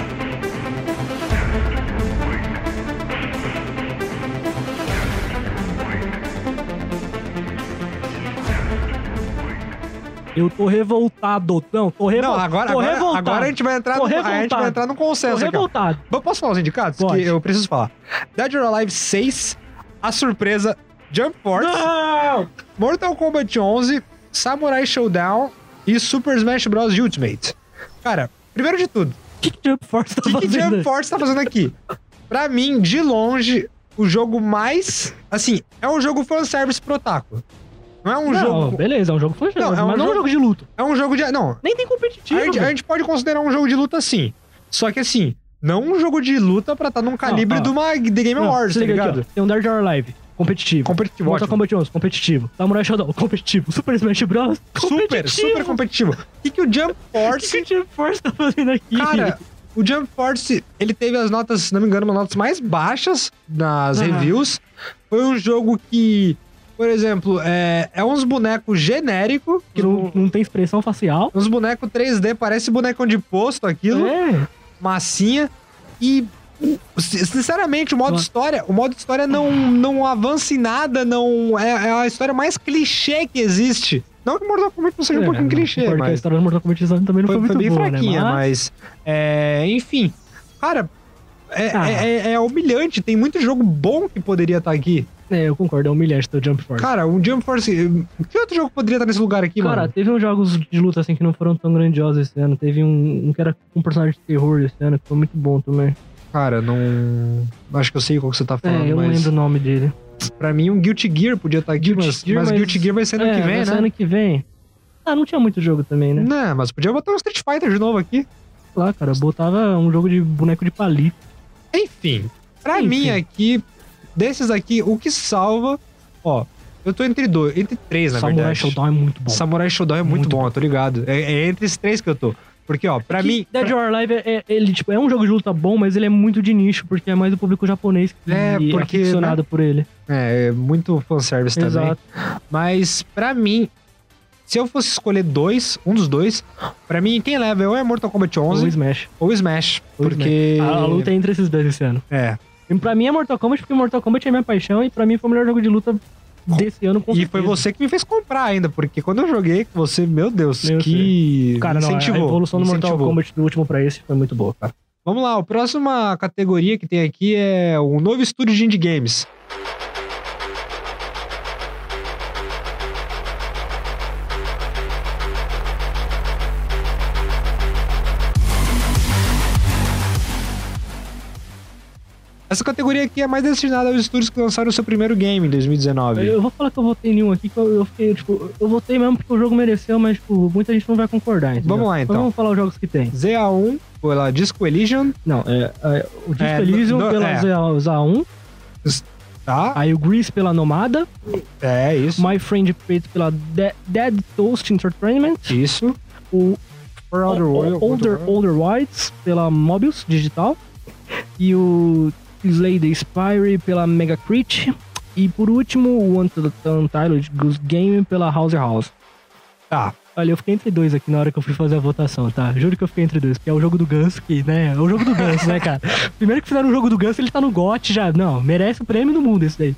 S3: Eu tô revoltado, não, tô
S2: Não,
S3: revoltado.
S2: agora,
S3: tô
S2: agora,
S3: revoltado.
S2: agora a gente vai entrar
S3: Tô
S2: no, a gente
S3: revoltado.
S2: vai entrar no
S3: tô
S2: consenso aqui. ó.
S3: revoltado.
S2: Bom, Posso falar os indicados?
S3: Pode.
S2: Que eu preciso falar. Dead or Alive 6, a surpresa Jump Force,
S3: Não!
S2: Mortal Kombat 11, Samurai Showdown e Super Smash Bros. Ultimate. Cara, primeiro de tudo,
S3: O que, que Jump Force tá
S2: o que, que
S3: fazendo?
S2: Jump Force tá fazendo aqui? Pra mim, de longe, o jogo mais. Assim, é um jogo fanservice pro Otaku. Não é um
S3: não,
S2: jogo.
S3: beleza, é um jogo fanservice,
S2: Não, é um
S3: mas não é um
S2: jogo-
S3: jogo de luto.
S2: É um jogo de. Não,
S3: Nem tem competitivo.
S2: a gente, a
S3: velho.
S2: gente pode considerar um jogo de luta sim. Só que assim, não um jogo de luta pra tá num calibre
S3: ó.
S2: de uma The Game
S3: ah. Não,
S2: Awards,
S3: se
S2: tá
S3: liga aqui,
S2: ligado?
S3: ó. Tem um Dead or Alive, competitivo.
S2: Competitivo,
S3: Mortal
S2: ótimo.
S3: Kombat 11, competitivo. Samurai Shodown, competitivo. Super Smash Bros,
S2: Super,
S3: competitivo.
S2: super competitivo. O que, que o Jump
S3: O que, que o
S2: Force.
S3: Jump Force tá fazendo aqui?
S2: Cara, o Jump Force, ele teve as notas, se não me engano, umas notas mais baixas nas
S3: Ah.
S2: reviews. Foi um jogo que, por exemplo, é, é uns bonecos genérico, que
S3: que não, não tem expressão facial.
S2: uns bonecos 3D, parece bonecão de posto aquilo,
S3: É.
S2: massinha. E, si- sinceramente, o modo
S3: Nossa.
S2: história, o modo história não, não avança em nada, não é, é a história mais clichê que existe. Não que Mortal Kombat não seja um
S3: É,
S2: pouquinho
S3: não,
S2: clichê,
S3: porque a
S2: mas...
S3: história do Mortal Kombat também não foi, muito
S2: bem
S3: boa,
S2: fraquinha,
S3: né?
S2: mas... é, enfim, cara, é,
S3: Ah.
S2: é- é- é humilhante. Tem muito jogo bom que poderia estar aqui.
S3: É, eu concordo, é humilhante do Jump Force.
S2: Cara, um Jump Force... Que outro jogo poderia estar nesse lugar aqui,
S3: Cara,
S2: mano?
S3: teve uns jogos de luta assim que não foram tão grandiosos esse ano. Teve um, um que era com um personagem de terror esse ano, que foi muito bom também.
S2: Cara, não... Acho que eu sei qual que você tá
S3: É,
S2: falando,
S3: eu não
S2: mas...
S3: lembro o nome dele.
S2: Pra mim, um Guilty Gear podia estar aqui,
S3: Guilty
S2: mas,
S3: Gear,
S2: mas
S3: mas-
S2: Guilty Gear vai ser ano
S3: é,
S2: que vem,
S3: vai ser
S2: né?
S3: ano que vem. Ah, não tinha muito jogo também, né?
S2: Não, mas podia botar um Street Fighter de novo aqui.
S3: Sei lá, cara, eu botava um jogo de boneco de palito.
S2: Enfim, pra
S3: Enfim.
S2: mim aqui, desses aqui, o que salva... Ó, eu tô entre dois, entre três, na
S3: Samurai
S2: verdade.
S3: Showdown é muito bom.
S2: Samurai Shodown é muito,
S3: Muito
S2: bom, eu tô ligado. É, é entre esses três que eu tô. Porque, ó, pra
S3: Que
S2: mim.
S3: Dead or Alive é, é- ele, tipo, é um jogo de luta bom, mas ele é muito de nicho, porque é mais o público japonês que
S2: É, porque,
S3: aficionado por ele.
S2: É, é muito fanservice também.
S3: Exato.
S2: Mas, pra mim, se eu fosse escolher dois, um dos dois, pra mim, quem leva ou é Mortal Kombat
S3: Ou
S2: 11
S3: Smash.
S2: ou Smash.
S3: Ou
S2: porque.
S3: A, a luta é entre esses dois esse ano.
S2: É.
S3: E pra mim é Mortal Kombat, porque Mortal Kombat é minha paixão, e pra mim foi o melhor jogo de luta desse ano, com
S2: E foi
S3: certeza.
S2: você que me fez comprar ainda, porque quando eu joguei com você, meu Deus,
S3: Meu
S2: que.
S3: Cara, não, é
S2: incentivou.
S3: a evolução do
S2: me
S3: Mortal
S2: incentivou.
S3: Kombat do último pra esse foi muito boa, cara.
S2: Vamos lá, a próxima categoria que tem aqui é o novo estúdio de indie games. Essa categoria aqui é mais destinada aos estúdios que lançaram o seu primeiro game em 2019.
S3: Eu vou falar que eu votei em um aqui, que eu, eu fiquei, tipo, eu votei mesmo porque o jogo mereceu, mas, tipo, muita gente não vai concordar, entendeu?
S2: Vamos lá, então.
S3: Mas vamos falar os jogos que tem.
S2: ZA1 pela um, Disco Elysium,
S3: Não, é, é, o Disco
S2: É,
S3: Elysium
S2: no- no-
S3: pela
S2: é.
S3: ZA1,
S2: tá?
S3: aí o Grease pela Nomada,
S2: É isso.
S3: My Friend feito pela De- Dead Toast Entertainment,
S2: Isso.
S3: o
S2: For Outer
S3: O-
S2: World-
S3: o- Older, Older Wilds pela Mobius Digital e o Slay the Spire pela Mega Crit e por último o Untitled Untitled Goose Game pela House House.
S2: Tá.
S3: Olha, eu fiquei entre dois aqui na hora que eu fui fazer a votação, tá? Juro que eu fiquei entre dois, porque é o jogo do Guns, que, né? É o jogo do Guns, né, cara? Primeiro que fizeram o jogo do Guns, ele tá no GOT já. Não, merece o prêmio do mundo esse daí.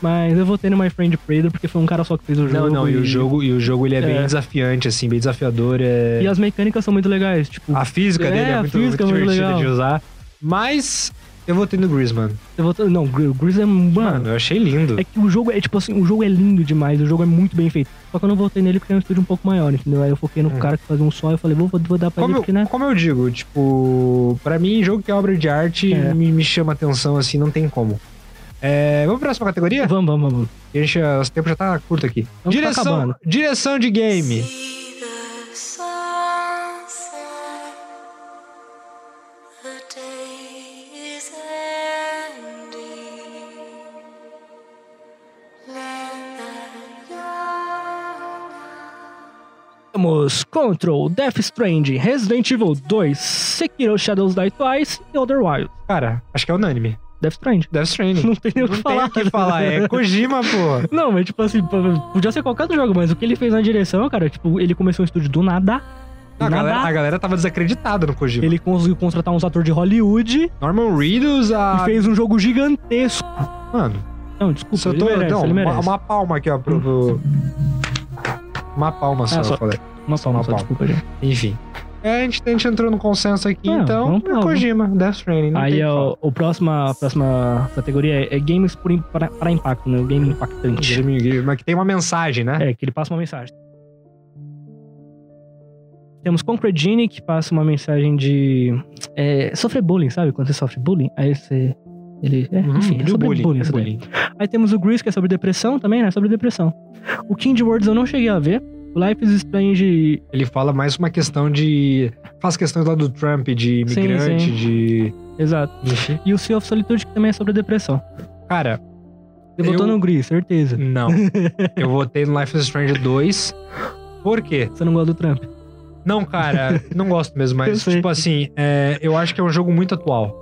S3: Mas eu votei no My Friend Predator, porque foi um cara só que fez o jogo.
S2: Não, não, e o jogo, e o jogo ele é, bem
S3: É.
S2: desafiante, assim, bem desafiador. É...
S3: E as mecânicas são muito legais, tipo,
S2: A física
S3: É,
S2: dele é
S3: a
S2: muito,
S3: física
S2: muito
S3: é muito
S2: divertida
S3: legal.
S2: de usar. Mas eu votei no Griezmann.
S3: eu votei. Não, o Gris é. Mano,
S2: Mano, eu achei lindo.
S3: É que o jogo é tipo assim, o jogo é lindo demais, o jogo é muito bem feito. Só que eu não votei nele porque é um estúdio um pouco maior, entendeu? Aí eu foquei no cara que fazia um só, eu falei, vou, vou, vou dar pra
S2: Hum. Como
S3: ele porque,
S2: eu,
S3: né?
S2: como eu digo, tipo, pra mim, jogo que é obra de arte
S3: É.
S2: me, me chama atenção, assim, não tem como. É, vamos pra próxima categoria?
S3: Vamos, vamos, vamos.
S2: Deixa, nosso tempo já tá curto aqui.
S3: Vamos que tá
S2: Direção,
S3: acabando.
S2: direção de game.
S4: See the sunset. The day is ending. Let the young
S3: Temos Control, Death Stranding, Resident Evil 2, Sekiro Shadows Die Twice e Other Wild.
S2: Cara, acho que é unânime.
S3: Death Stranding.
S2: Death Stranding.
S3: Não tem nem o que
S2: Não tem
S3: falar.
S2: o que falar, é Kojima, pô.
S3: Não, mas tipo assim, podia ser qualquer outro jogo, mas o que ele fez na direção, cara, tipo, ele começou um estúdio do nada. do
S2: A
S3: nada.
S2: galera, tá- a galera tava desacreditada no Kojima.
S3: Ele conseguiu contratar uns atores de Hollywood
S2: Norman Reedus, a...
S3: e fez um jogo gigantesco.
S2: Mano,
S3: Não, desculpa,
S2: só
S3: ele
S2: tô...
S3: merece,
S2: não,
S3: ele
S2: uma,
S3: merece.
S2: uma palma aqui, ó, pro... pro- Uma palma só,
S3: Ah, só-
S2: eu falei.
S3: Uma palma,
S2: uma
S3: só,
S2: palma.
S3: desculpa, gente.
S2: Enfim. É, a gente, a gente entrou no consenso aqui,
S3: É,
S2: então,
S3: vamos pra-
S2: é Kojima, Death Stranding. não
S3: Aí
S2: tem o que
S3: ó,
S2: falar.
S3: o, próxima, a próxima categoria é, é games por, im- para, para impacto, né? O game impactante.
S2: Jeremy Gil- Mas que tem uma mensagem, né?
S3: É, que ele passa uma mensagem. Temos Concrete Genie, que passa uma mensagem de... É, sofrer bullying, sabe? Quando você sofre bullying, aí você... Ele, é,
S2: Hum,
S3: enfim, é
S2: do
S3: sobre bullying,
S2: bullying,
S3: essa
S2: do
S3: daí. Aí temos o Grease, que é sobre depressão também, né? Sobre depressão. O Kind Words eu não cheguei a ver. O Life is Strange...
S2: Ele fala mais uma questão de... Faz questões lá do Trump, de
S3: Sim,
S2: imigrante,
S3: sim.
S2: de...
S3: Exato.
S2: Enfim.
S3: E o Sea of Solitude, que também é sobre depressão.
S2: Cara,
S3: Você botou
S2: Eu-
S3: no Grease, um certeza.
S2: não. Eu votei no Life is Strange 2. Por quê?
S3: Você não gosta do Trump.
S2: Não, cara, não gosto mesmo,
S3: Eu
S2: mas,
S3: sei.
S2: tipo assim, é, eu acho que é um jogo muito atual.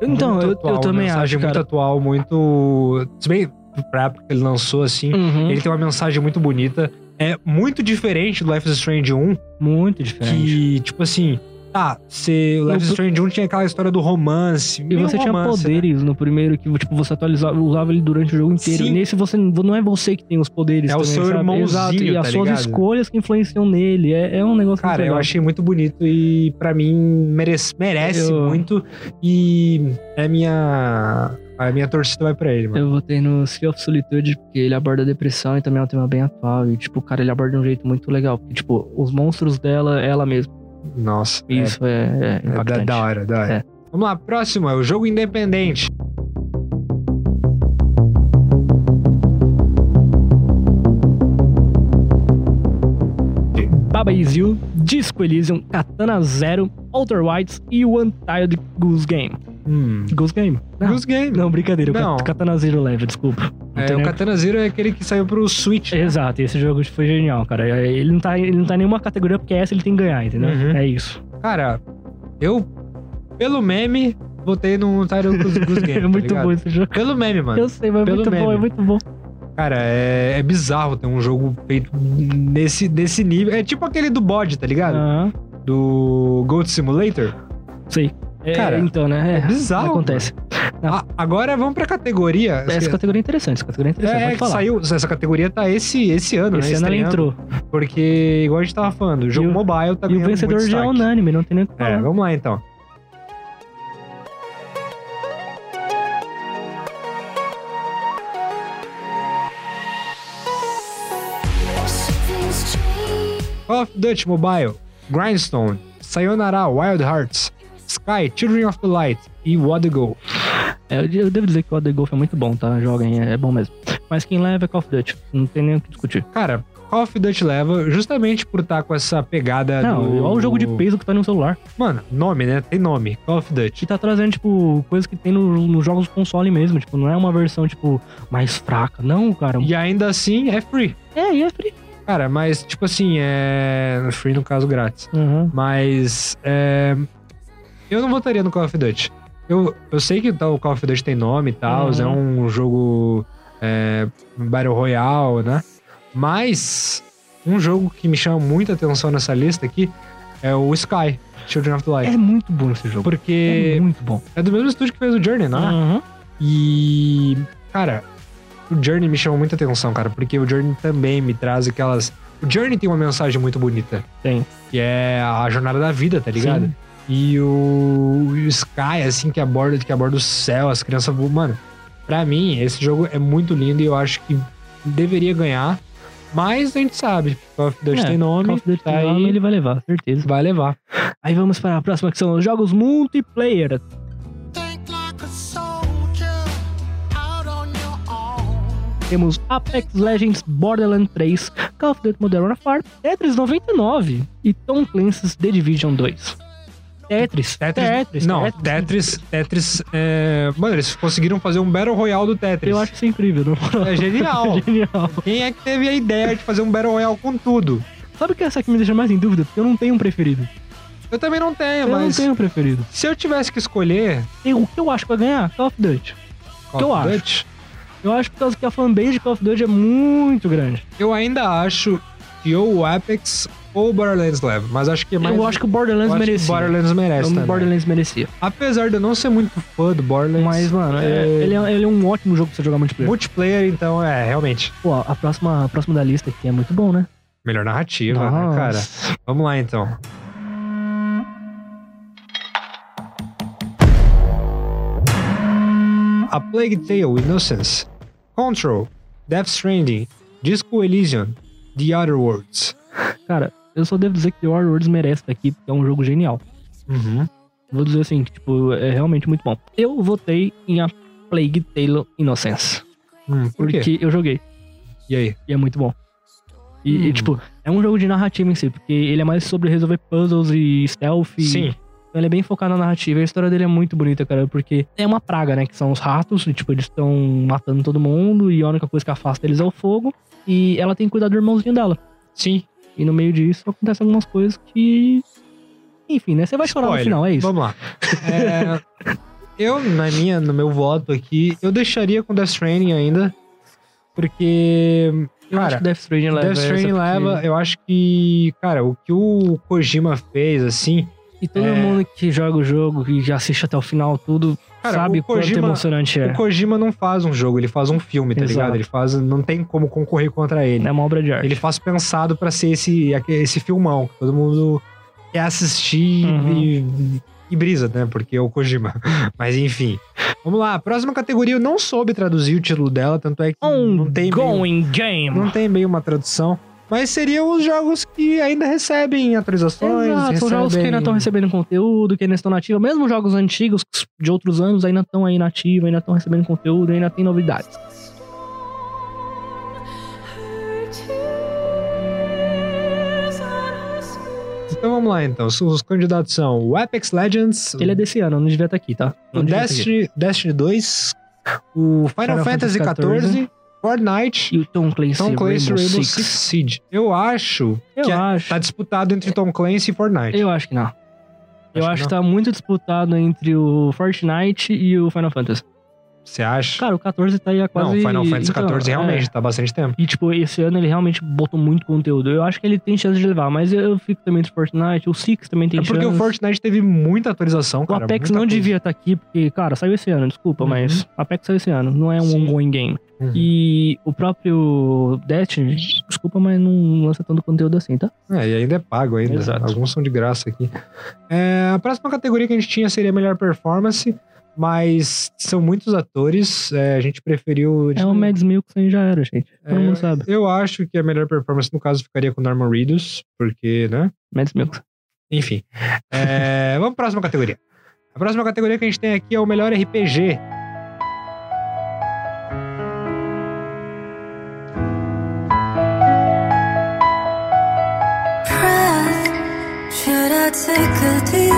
S3: Então,
S2: Muito
S3: eu,
S2: atual,
S3: eu também acho,
S2: mensagem
S3: cara.
S2: muito atual, muito... Se bem pra época que ele lançou, assim,
S3: Uhum.
S2: ele tem uma mensagem muito bonita. É muito diferente do Life is Strange 1,
S3: Muito diferente.
S2: que, tipo assim, tá, se o Life is
S3: Eu-
S2: Strange 1 tinha aquela história do romance. né?
S3: E você tinha poderes no primeiro que, tipo, você atualizava, usava ele durante o jogo inteiro.
S2: Sim.
S3: Nesse você não é você que tem os poderes.
S2: É o
S3: também,
S2: seu
S3: sabe?
S2: irmãozinho,
S3: Exato. E
S2: tá
S3: as suas
S2: ligado?
S3: escolhas que influenciam nele. É, é um negócio
S2: Cara,
S3: muito
S2: eu
S3: legal.
S2: achei muito bonito e pra mim merece, merece
S3: Eu-
S2: muito. E é minha. A minha torcida vai pra ele, mano.
S3: Eu votei no Sea of Solitude porque ele aborda a depressão e também é um tema bem atual. E, tipo, cara, ele aborda de um jeito muito legal. Porque, tipo, os monstros dela, ela mesma.
S2: Nossa. é-
S3: Isso é, é
S2: é da,
S3: impactante.
S2: da hora, da hora.
S3: É.
S2: Vamos lá, próximo é o jogo independente.
S3: Baba Is You, Disco Elysium, Katana Zero, Outer Wilds e o Untitled Goose Game.
S2: Hum.
S3: Goose Game? Não,
S2: Goose Game.
S3: não brincadeira.
S2: Não.
S3: O Kat- Katana Zero leva, desculpa. Não
S2: é,
S3: tem
S2: o
S3: nem-
S2: Katana Zero é aquele que saiu pro Switch.
S3: Exato, esse jogo foi genial, cara. Ele não, tá, ele não tá em nenhuma categoria porque essa ele tem que ganhar, entendeu?
S2: Uhum.
S3: É isso.
S2: Cara, eu, pelo meme, botei no Tyro Goose Goose Game.
S3: é
S2: tá
S3: muito
S2: ligado?
S3: bom esse jogo.
S2: Pelo meme, mano.
S3: Eu sei, mas é
S2: Pelo
S3: muito bom,
S2: meme.
S3: é muito bom.
S2: Cara, é, é bizarro ter um jogo feito nesse, nesse nível. É tipo aquele do bode, tá ligado?
S3: Aham.
S2: Do Goat Simulator.
S3: Sei. É,
S2: Cara,
S3: então, né? É,
S2: bizarro,
S3: Acontece. Não.
S2: Ah, agora vamos pra categoria.
S3: Essa categoria é interessante, essa categoria é interessante.
S2: é,
S3: pode
S2: que
S3: falar.
S2: saiu. Essa categoria tá esse, esse ano,
S3: esse
S2: né?
S3: ano ela
S2: Estreando,
S3: entrou.
S2: Porque, igual a gente tava falando, o jogo
S3: E o-
S2: mobile tá
S3: E
S2: ganhando
S3: o vencedor
S2: muito
S3: já é né?
S2: destaque.
S3: unânime, não tem nem o que falar.
S2: É, vamos lá então.
S4: Something's changed.
S2: Call of Duty Mobile, Grindstone, Sayonara Wild Hearts, Sky, Children of the Light e What Go.
S3: É, eu, eu devo dizer que o The Golf é muito bom, tá? Joguem, é, é bom mesmo. Mas quem leva é Call of Duty. Não tem nem o que discutir.
S2: Cara, Call of Duty leva justamente por estar com essa pegada
S3: Não,
S2: É do...
S3: olha o jogo de peso que tá no celular.
S2: Mano, nome, né? Tem nome. Call of Duty.
S3: que tá trazendo, tipo, coisas que tem no- nos jogos de console mesmo. Tipo, não é uma versão, tipo, mais fraca. Não, cara.
S2: E ainda assim é free.
S3: É, e é free.
S2: Cara, mas tipo assim, é. Free no caso grátis.
S3: Aham.
S2: Mas. É... Eu não votaria no Call of Duty. Eu, eu sei que tá- o Call of Duty tem nome e tal,
S3: Uhum.
S2: é um jogo. É, Battle Royale, né? Mas. Um jogo que me chama muita atenção nessa lista aqui é o Sky, Children of the Light.
S3: É muito bom esse jogo.
S2: Porque
S3: É muito bom. Uhum.
S2: é do mesmo estúdio que fez o Journey, né?
S3: Aham. É,
S2: E, cara, o Journey me chama muita atenção, cara, porque o Journey também me traz aquelas. O Journey tem uma mensagem muito bonita.
S3: Tem.
S2: Que é a jornada da vida, tá ligado?
S3: Sim.
S2: E o, e o Sky, assim, que aborda, que aborda o céu, as crianças voam. Mano, pra mim, esse jogo é muito lindo e eu acho que deveria ganhar. Mas a gente sabe, Call of Duty
S3: É,
S2: tem nome,
S3: Call of Duty
S2: tá
S3: tem
S2: aí,
S3: nome, ele vai levar, certeza.
S2: vai levar.
S3: Aí vamos para a próxima, que são os jogos multiplayer.
S5: think like a soldier out on your own.
S3: Temos Apex Legends, Borderlands 3, Call of Duty Modern Warfare, Tetris 99 e Tom Clancy's The Division 2. Tetris, Tetris, Tetris.
S2: Não, Tetris, Tetris. é, Mano, eles conseguiram fazer um Battle Royale do Tetris.
S3: Eu acho isso incrível, não
S2: É genial.
S3: Genial.
S2: Quem é que teve a ideia de fazer um Battle Royale com tudo?
S3: Sabe o que é essa que me deixa mais em dúvida? Porque eu não tenho um preferido.
S2: Eu também não tenho,
S3: eu não
S2: mas
S3: tenho um preferido.
S2: se eu tivesse que escolher.
S3: E o que eu acho que vai ganhar? Call of Duty.
S2: Call
S3: eu
S2: of
S3: acho.
S2: Duty,
S3: Eu acho por causa que a fanbase de Call of Duty é muito grande.
S2: Eu ainda acho que ou o Apex ou o Borderlands leva, mas acho que é mais.
S3: eu acho que o
S2: eu
S3: Borderlands
S2: acho que o
S3: merecia.
S2: Borderlands merece.
S3: Então,
S2: também.
S3: Borderlands merecia.
S2: Apesar de eu não ser muito fã do Borderlands.
S3: Mas, mano, é-
S2: é-
S3: Ele, é, ele é um ótimo jogo pra você jogar multiplayer.
S2: multiplayer, então, é, realmente.
S3: Pô, a próxima, a próxima da lista aqui é muito bom, né?
S2: Melhor narrativa, né,
S3: Nossa.
S2: cara? Vamos lá, então. A Plague Tale, Innocence, Control, Death Stranding, Disco Elysium, The Other Worlds.
S3: Cara, eu só devo dizer que The Warlords merece estar aqui, porque é um jogo genial.
S2: Uhum.
S3: Vou dizer assim, que, tipo, é realmente muito bom. Eu votei em A Plague Tale Innocence.
S2: Hum, por quê?
S3: Porque eu joguei.
S2: E aí?
S3: E é muito bom. E, e,
S2: Hum.
S3: tipo, é um jogo de narrativa em si, porque ele é mais sobre resolver puzzles e stealth. e-
S2: Sim.
S3: Então ele é bem focado na narrativa. E a história dele é muito bonita, cara, porque é uma praga, né? Que são os ratos, e, tipo, eles estão matando todo mundo e a única coisa que afasta eles é o fogo. E ela tem que cuidar do irmãozinho dela. Sim. E no meio disso acontecem algumas coisas que. Enfim, né? Você vai chorar no
S2: Spoiler.
S3: final, é isso.
S2: Vamos lá. É, eu, na minha, no meu voto aqui, eu deixaria com Death Stranding ainda. Porque.
S3: Eu acho
S2: Cara,
S3: que Death Stranding leva.
S2: Death Stranding
S3: é essa, porque-
S2: leva, eu acho que, cara, o que o Kojima fez, assim.
S3: E todo
S2: É.
S3: mundo que joga o jogo e já assiste até o final, tudo,
S2: Cara,
S3: sabe
S2: o
S3: quanto
S2: Kojima,
S3: emocionante é.
S2: o Kojima não faz um jogo, ele faz um filme, tá
S3: Exato.
S2: ligado? Ele faz, não tem como concorrer contra ele.
S3: É uma obra de arte.
S2: Ele faz pensado pra ser esse, aque- esse filmão que todo mundo quer assistir
S3: Uhum.
S2: e, e brisa, né? Porque é o Kojima. Mas enfim. Vamos lá, próxima categoria eu não soube traduzir o título dela, tanto é que
S3: Um
S2: não tem meio,
S3: Ongoing game.
S2: não tem meio uma tradução. Mas seriam os jogos que ainda recebem atualizações,
S3: Exato,
S2: recebem...
S3: são jogos que ainda estão recebendo conteúdo, que ainda estão nativos, mesmo jogos antigos de outros anos ainda estão aí nativos, ainda estão recebendo conteúdo, ainda tem novidades.
S2: Então vamos lá, então. Os- Os candidatos são o Apex Legends,
S3: Ele é desse ano, não devia estar aqui, tá?
S2: o
S3: Não devia tá aqui.
S2: Destiny, Destiny 2, o Final,
S3: Final
S2: Fantasy
S3: Fantasy
S2: XIV, Fortnite,
S3: E o Tom Clancy,
S2: Tom Clancy
S3: Rainbow
S2: Rainbow
S3: Six.
S2: Six Siege. Eu acho
S3: Eu
S2: que é-
S3: acho.
S2: tá disputado entre Tom Clancy e Fortnite.
S3: Eu acho que não. Eu
S2: Acho
S3: acho,
S2: que
S3: que tá muito disputado entre o Fortnite e o Final Fantasy.
S2: Você acha?
S3: Cara, o 14 tá aí há
S2: Não,
S3: quase...
S2: Final Fantasy
S3: Então,
S2: XIV
S3: é.
S2: realmente tá bastante tempo.
S3: E, tipo, esse ano ele realmente botou muito conteúdo. Eu acho que ele tem chance de levar, mas eu, eu fico também do Fortnite. O Six também tem
S2: É porque
S3: chance.
S2: o Fortnite teve muita atualização,
S3: O
S2: cara.
S3: Apex
S2: muita
S3: não
S2: coisa.
S3: devia estar aqui, porque, cara, saiu esse ano, desculpa,
S2: Uhum.
S3: mas Apex saiu esse ano, não é um
S2: Sim.
S3: ongoing game.
S2: Uhum.
S3: E o próprio Destiny, desculpa, mas não lança tanto conteúdo assim, tá?
S2: É, e ainda é pago ainda.
S3: Exato.
S2: Alguns são de graça aqui. É, a próxima categoria que a gente tinha seria melhor performance, mas são muitos atores. é, a gente preferiu.
S3: É o Mads Mikkelsen já era, gente. Todo
S2: Uhum. É,
S3: mundo sabe.
S2: Eu acho que a melhor performance, no caso, ficaria com Norman Reedus, porque, né?
S3: Mads Mikkelsen.
S2: Enfim. É, vamos para a próxima categoria. A próxima categoria que a gente tem aqui é o melhor RPG.
S4: Breath, should I take a deep?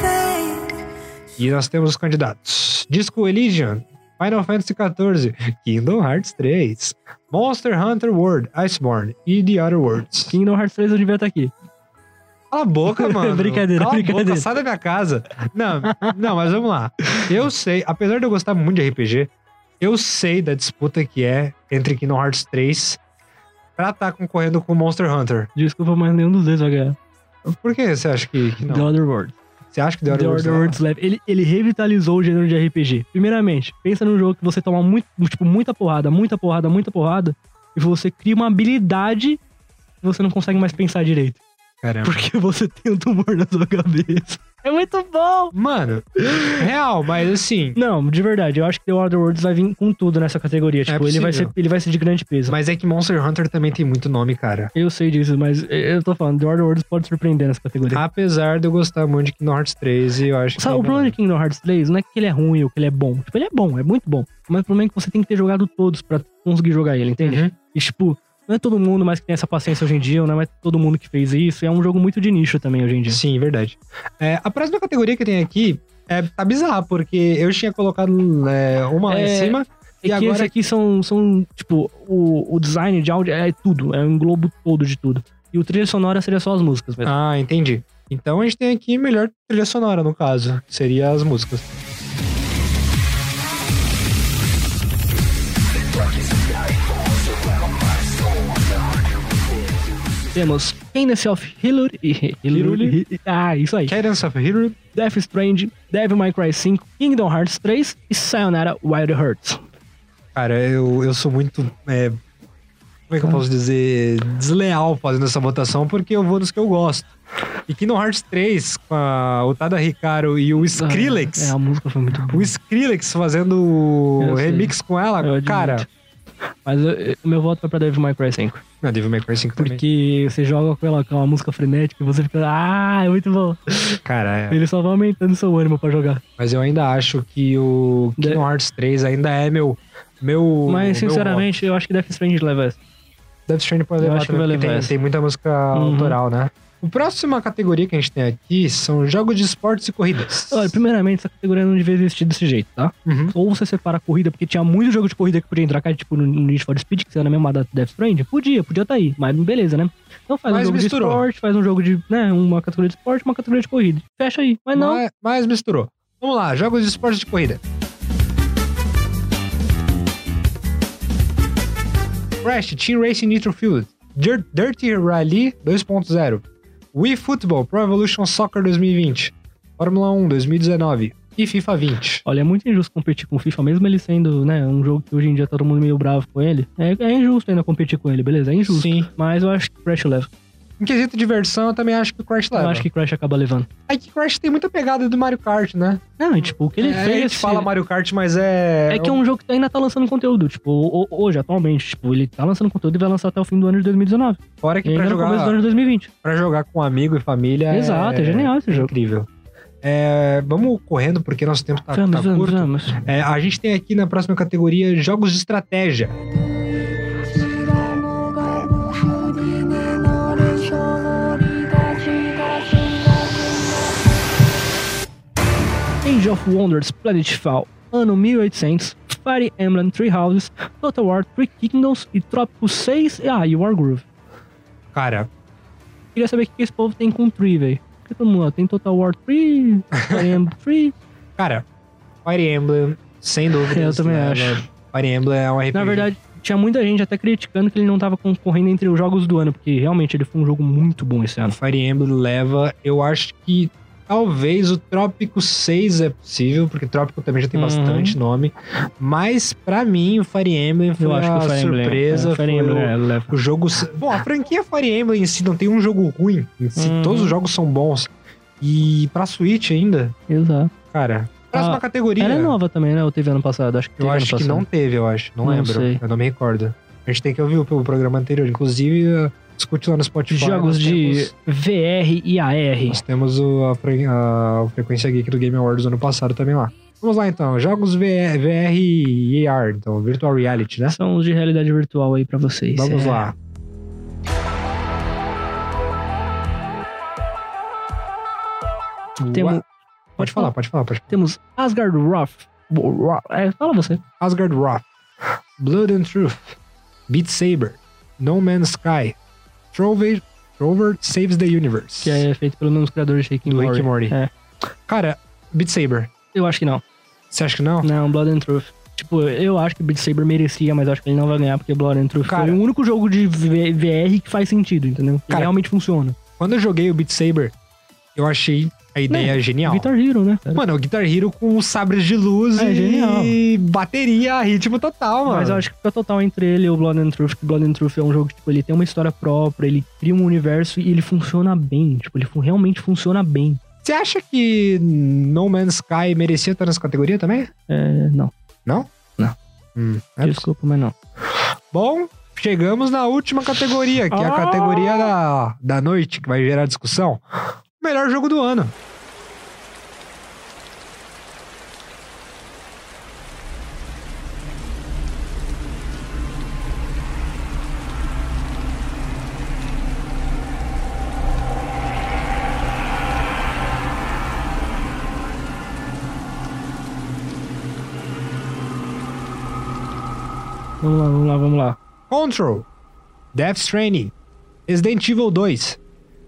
S4: Faith,
S2: E nós temos os candidatos: Disco Elysium, Final Fantasy XIV, Kingdom Hearts 3, Monster Hunter World, Iceborne e The Other Worlds.
S3: Kingdom Hearts 3 eu devia estar aqui.
S2: Cala a boca, mano.
S3: Brincadeira,
S2: Cala A boca,
S3: brincadeira.
S2: sai da minha casa. Não, não, mas vamos lá. Eu sei, apesar de eu gostar muito de RPG, eu sei da disputa que é entre Kingdom Hearts 3 pra estar concorrendo com Monster Hunter.
S3: Desculpa, mas nenhum dos dois vai ganhar.
S2: Por que você acha que, que
S3: The
S2: não?
S3: Other World.
S2: Você acha que The é Other
S3: The
S2: Worlds
S3: Order World Slap. Ele, ele revitalizou o gênero de RPG. Primeiramente, pensa num jogo que você toma muito, tipo, muita porrada, muita porrada, muita porrada, e você cria uma habilidade que você não consegue mais pensar direito.
S2: Caramba.
S3: Porque você tem um tumor na sua cabeça. É muito bom!
S2: Mano, real, mas assim...
S3: Não, de verdade, eu acho que The Order Worlds vai vir com tudo nessa categoria. Tipo, ele, vai
S2: É possível.
S3: ser, ele vai ser de grande peso.
S2: Mas é que Monster Hunter também tem muito nome, cara.
S3: Eu sei disso, mas eu tô falando, The Order Worlds pode surpreender nessa categoria.
S2: Apesar de eu gostar muito de Kingdom Hearts 3 e eu acho que... é
S3: Sabe, o problema de Kingdom Hearts 3 não é que ele é ruim ou que ele é bom. Tipo, ele é bom, é muito bom. Mas o problema é que você tem que ter jogado todos pra conseguir jogar ele, entende?
S2: Uhum.
S3: E, tipo, não é todo mundo mais que tem essa paciência hoje em dia, não é mais todo mundo que fez isso. E é um jogo muito de nicho também hoje em dia.
S2: Sim, verdade. É, a próxima categoria que tem aqui é, tá bizarra, porque eu tinha colocado é, uma lá
S3: É.
S2: em cima
S3: É
S2: E
S3: que
S2: agora-
S3: esse aqui são, são tipo, o, o design de áudio é tudo, é um globo todo de tudo. E o trilha sonora seria só as músicas mesmo.
S2: Ah, entendi. Então a gente tem aqui melhor trilha sonora, no caso. que Seria as músicas.
S3: Temos Kindness of Hillary.
S2: Hillary.
S3: Ah, isso aí.
S2: Cadence of Hero.
S3: Death Strange, Devil May Cry 5, Kingdom Hearts 3 e Sayonara Wild Hearts.
S2: Cara, eu, eu sou muito. é, como é que eu posso dizer? Desleal fazendo essa votação, porque eu vou nos que eu gosto. E Kingdom Hearts 3, com a Otada Ricardo e o Skrillex.
S3: É, a música foi muito boa.
S2: O Skrillex fazendo o
S3: Eu sei.
S2: remix com ela,
S3: Eu admito.
S2: cara.
S3: Mas eu- eu- o meu voto vai pra Devil May Cry 5.
S2: Não, Devil May Cry 5 também.
S3: Porque você joga com ela com uma música frenética e você fica. Ah, é muito bom.
S2: Cara, é.
S3: Ele só vai aumentando seu ânimo pra jogar.
S2: Mas eu ainda acho que o
S3: De-
S2: Kingdom Hearts 3 ainda é meu. meu
S3: Mas,
S2: meu
S3: sinceramente, eu acho que Death Strange leva essa.
S2: voto. Death Stranding pode
S3: eu
S2: levar
S3: acho que
S2: também,
S3: vai
S2: porque
S3: levar
S2: tem,
S3: essa.
S2: tem muita música
S3: Uhum.
S2: autoral, né? A próxima categoria que a gente tem aqui são jogos de esportes e corridas.
S3: Olha, primeiramente, essa categoria não devia existir desse jeito, tá?
S2: Uhum.
S3: Ou você separa a corrida, porque tinha muito jogo de corrida que podia entrar, cara, tipo no Need for Speed, que era na mesma data do Death Stranding. Podia, podia tá aí, mas beleza, né? Então faz
S2: Mas
S3: um jogo
S2: misturou.
S3: de esporte, faz um jogo de, né, uma categoria de esporte, uma categoria de corrida. Fecha aí. Mas não,
S2: Mas, mas misturou. Vamos lá, jogos de esportes de corrida. Crash Team Racing Nitro Field. Dir- Dirty Rally 2.0. Wii Football Pro Evolution Soccer 2020. Fórmula 1 2019. E FIFA 20.
S3: Olha, é muito injusto competir com o FIFA, mesmo ele sendo, né, um jogo que hoje em dia todo mundo meio bravo com ele. É, é injusto ainda competir com ele, beleza? É injusto.
S2: Sim.
S3: Mas eu acho que Crash leva.
S2: Em quesito diversão, eu também acho que o Crash leva.
S3: Eu acho que Crash acaba levando.
S2: É que Crash tem muita pegada do Mario Kart, né?
S3: Não, e tipo, o que ele
S2: é, a
S3: fez.
S2: gente fala Mario Kart, mas é...
S3: É que é um jogo que ainda tá lançando conteúdo. Tipo, ho- hoje, atualmente, tipo, ele tá lançando conteúdo e vai lançar até o fim do ano de 2019.
S2: Fora que
S3: E ainda
S2: pra
S3: no começo do ano
S2: jogar,
S3: de 2020.
S2: pra jogar com um amigo e família
S3: Exato, é genial esse jogo.
S2: incrível. É, vamos correndo, porque nosso tempo tá,
S3: vamos,
S2: tá
S3: vamos,
S2: curto.
S3: vamos.
S2: É, a gente tem aqui na próxima categoria jogos de estratégia.
S3: Age of Wonders Planetfall, ano 1800, Fire Emblem Three Houses, Total War Three Kingdoms e Trópico 6 e, ah, e Wargroove.
S2: Cara,
S3: Queria saber o que esse povo tem com Tree, velho. Porque todo mundo ó, tem Total War 3, Fire Emblem 3.
S2: cara, Fire Emblem, sem dúvida.
S3: Eu também acho.
S2: Fire Emblem é um RPG.
S3: Na verdade, tinha muita gente até criticando que ele não tava concorrendo entre os jogos do ano, porque realmente ele foi um jogo muito bom esse
S2: o
S3: ano.
S2: Fire Emblem leva, eu acho que talvez o Trópico 6 é possível, porque Trópico também já tem
S3: Uhum.
S2: bastante nome. Mas pra mim, o Fire Emblem foi
S3: Eu acho que
S2: a
S3: o Fire Emblem.
S2: surpresa.
S3: é, o Fire
S2: foi
S3: Emblem
S2: o-
S3: é, leva.
S2: O jogo. Bom, a franquia Fire Emblem em si não tem um jogo ruim. Em si,
S3: Uhum.
S2: todos os jogos são bons. E pra Switch ainda,
S3: Exato.
S2: cara. Próxima
S3: Ah,
S2: categoria.
S3: Ela é nova também, né? Ou teve ano passado? Acho que teve
S2: eu acho
S3: ano
S2: que
S3: passado.
S2: não teve, eu acho. Não,
S3: Não
S2: lembro.
S3: sei.
S2: Eu não me recordo. A gente tem que ouvir o o programa anterior. Inclusive, eh, escute lá no Spotify.
S3: Jogos
S2: nós
S3: de
S2: temos-
S3: VR e AR.
S2: Nós temos o- a, fre- a Frequência Geek do Game Awards do ano passado também lá. Vamos lá então. Jogos VR, VR e AR, então, Virtual Reality, né?
S3: São os de realidade virtual aí pra vocês.
S2: Vamos
S3: É.
S2: lá.
S3: Temos-
S2: Ua- Pode falar, pode falar, pode falar.
S3: Temos Asgard Roth. Bo- Roth- É, fala você.
S2: Asgard Wrath, Blood and Truth, Beat Saber, No Man's Sky, Trover, Trover Saves the Universe.
S3: Que é feito pelo mesmo criador de Rick and
S2: Do Rick
S3: Morty.
S2: and Morty.
S3: É.
S2: Cara, Beat Saber,
S3: Eu acho que não.
S2: você acha que não?
S3: Não, Blood and Truth. Tipo, eu acho que Beat Saber merecia, mas eu acho que ele não vai ganhar, porque Blood and Truth
S2: Cara.
S3: foi o único jogo de V- VR que faz sentido, entendeu? Que
S2: Cara.
S3: realmente funciona.
S2: Quando eu joguei o Beat Saber, eu achei a ideia genial.
S3: Guitar Hero, né? cara?
S2: Mano, é o Guitar Hero com sabres de luz
S3: É
S2: e
S3: genial.
S2: bateria a ritmo total, mano.
S3: Mas eu acho que fica total entre ele e o Blood and Truth, que Blood and Truth é um jogo que, tipo, ele tem uma história própria, ele cria um universo e ele funciona bem. Tipo, ele fu- realmente funciona bem.
S2: Você acha que No Man's Sky merecia estar nessa categoria também?
S3: É, não.
S2: Hum, é
S3: Desculpa, mas não.
S2: Bom, chegamos na última categoria, que é a
S3: Ah!
S2: categoria da, da noite, que vai gerar discussão. Melhor jogo do ano.
S3: Vamos lá, vamos lá, vamos lá.
S2: Control, Death Stranding, Resident Evil 2,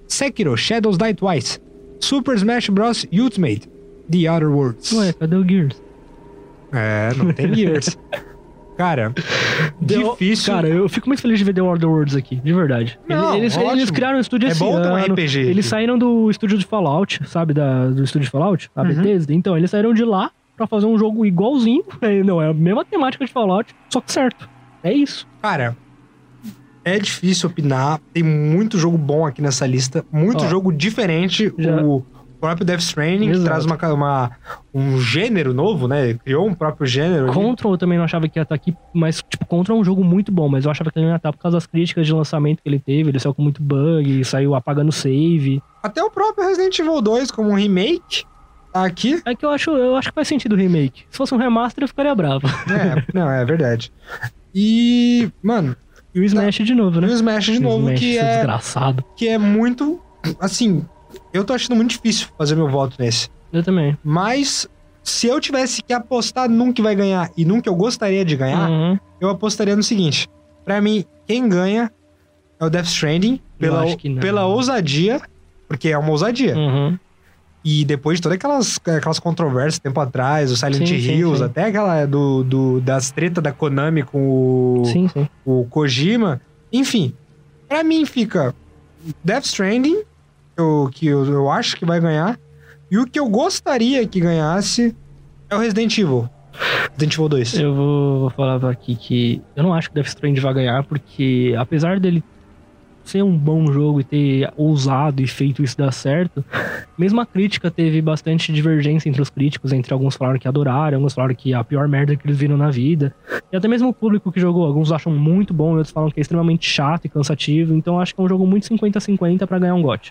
S2: Sekiro Shadows Die Twice, Super Smash Bros. Ultimate, The Outer Worlds.
S3: Ué, cadê o Gears?
S2: É, não tem Gears. Cara, difícil.
S3: Cara, eu fico muito feliz de ver The Order Worlds aqui, de verdade.
S2: Não,
S3: eles, eles-
S2: ótimo.
S3: eles criaram um estúdio
S2: É
S3: esse
S2: bom ter um
S3: ano,
S2: RPG
S3: Eles
S2: aqui.
S3: saíram do estúdio de Fallout, sabe? da- do estúdio de Fallout,
S2: Uhum.
S3: a Bethesda. Então, eles saíram de lá pra fazer um jogo igualzinho. É, Não, é a mesma temática de Fallout, só que certo. É isso.
S2: Cara, é difícil opinar. Tem muito jogo bom aqui nessa lista. Muito
S3: Ó,
S2: jogo diferente.
S3: já-
S2: O próprio Death Stranding, que
S3: Exato.
S2: traz uma, uma- um gênero novo, né? Criou um próprio gênero. ali.
S3: Control eu também não achava que ia estar aqui, mas, tipo, Control é um jogo muito bom, mas eu achava que ele não ia estar por causa das críticas de lançamento que ele teve. Ele saiu com muito bug, saiu apagando save.
S2: Até o próprio Resident Evil 2, como um remake, tá aqui.
S3: É que eu acho, eu acho que faz sentido o remake. Se fosse um remaster, eu ficaria bravo.
S2: É, não, é verdade. E, mano,
S3: E o Smash de novo,
S2: e
S3: né?
S2: o Smash de novo,
S3: Smash,
S2: que
S3: seu
S2: é,
S3: desgraçado.
S2: que é muito. Assim, eu tô achando muito difícil fazer meu voto nesse.
S3: Eu também.
S2: Mas se eu tivesse que apostar num que vai ganhar e num que eu gostaria de ganhar,
S3: Uhum.
S2: eu apostaria no seguinte: Pra mim, quem ganha é o Death Stranding pela,
S3: acho que não.
S2: pela ousadia, porque é uma ousadia.
S3: Uhum.
S2: E depois de todas aquelas, aquelas controvérsias tempo atrás, o Silent
S3: Sim, sim,
S2: Hills,
S3: sim.
S2: até aquela do, do- das tretas da Konami com o,
S3: Sim, sim.
S2: o Kojima. Enfim, pra mim fica Death Stranding, que eu, que eu, eu acho que vai ganhar. E o que eu gostaria que ganhasse é o Resident Evil. Resident Evil 2.
S3: Eu vou, vou falar aqui que eu não acho que o Death Stranding vai ganhar, porque apesar dele ser um bom jogo e ter ousado e feito isso dar certo, mesmo a crítica teve bastante divergência entre os críticos, entre alguns falaram que adoraram, alguns falaram que é a pior merda que eles viram na vida. E até mesmo o público que jogou, alguns acham muito bom e outros falam que é extremamente chato e cansativo, então eu acho que é um jogo muito 50-50 pra ganhar um gote.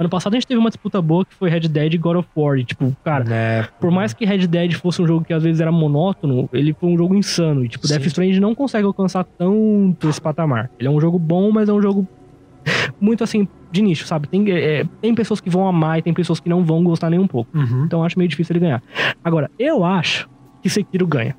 S3: Ano passado a gente teve uma disputa boa que foi Red Dead e God of War, e tipo, cara,
S2: É,
S3: por mais que Red Dead fosse um jogo que às vezes era monótono, ele foi um jogo insano. E, tipo,
S2: Sim.
S3: Death Stranding não consegue alcançar tanto esse patamar. Ele é um jogo bom, mas é um jogo muito assim, de nicho, sabe? Tem, é, tem pessoas que vão amar e tem pessoas que não vão gostar nem um pouco.
S2: Uhum.
S3: Então eu acho meio difícil ele ganhar. Agora, eu acho que Sekiro ganha.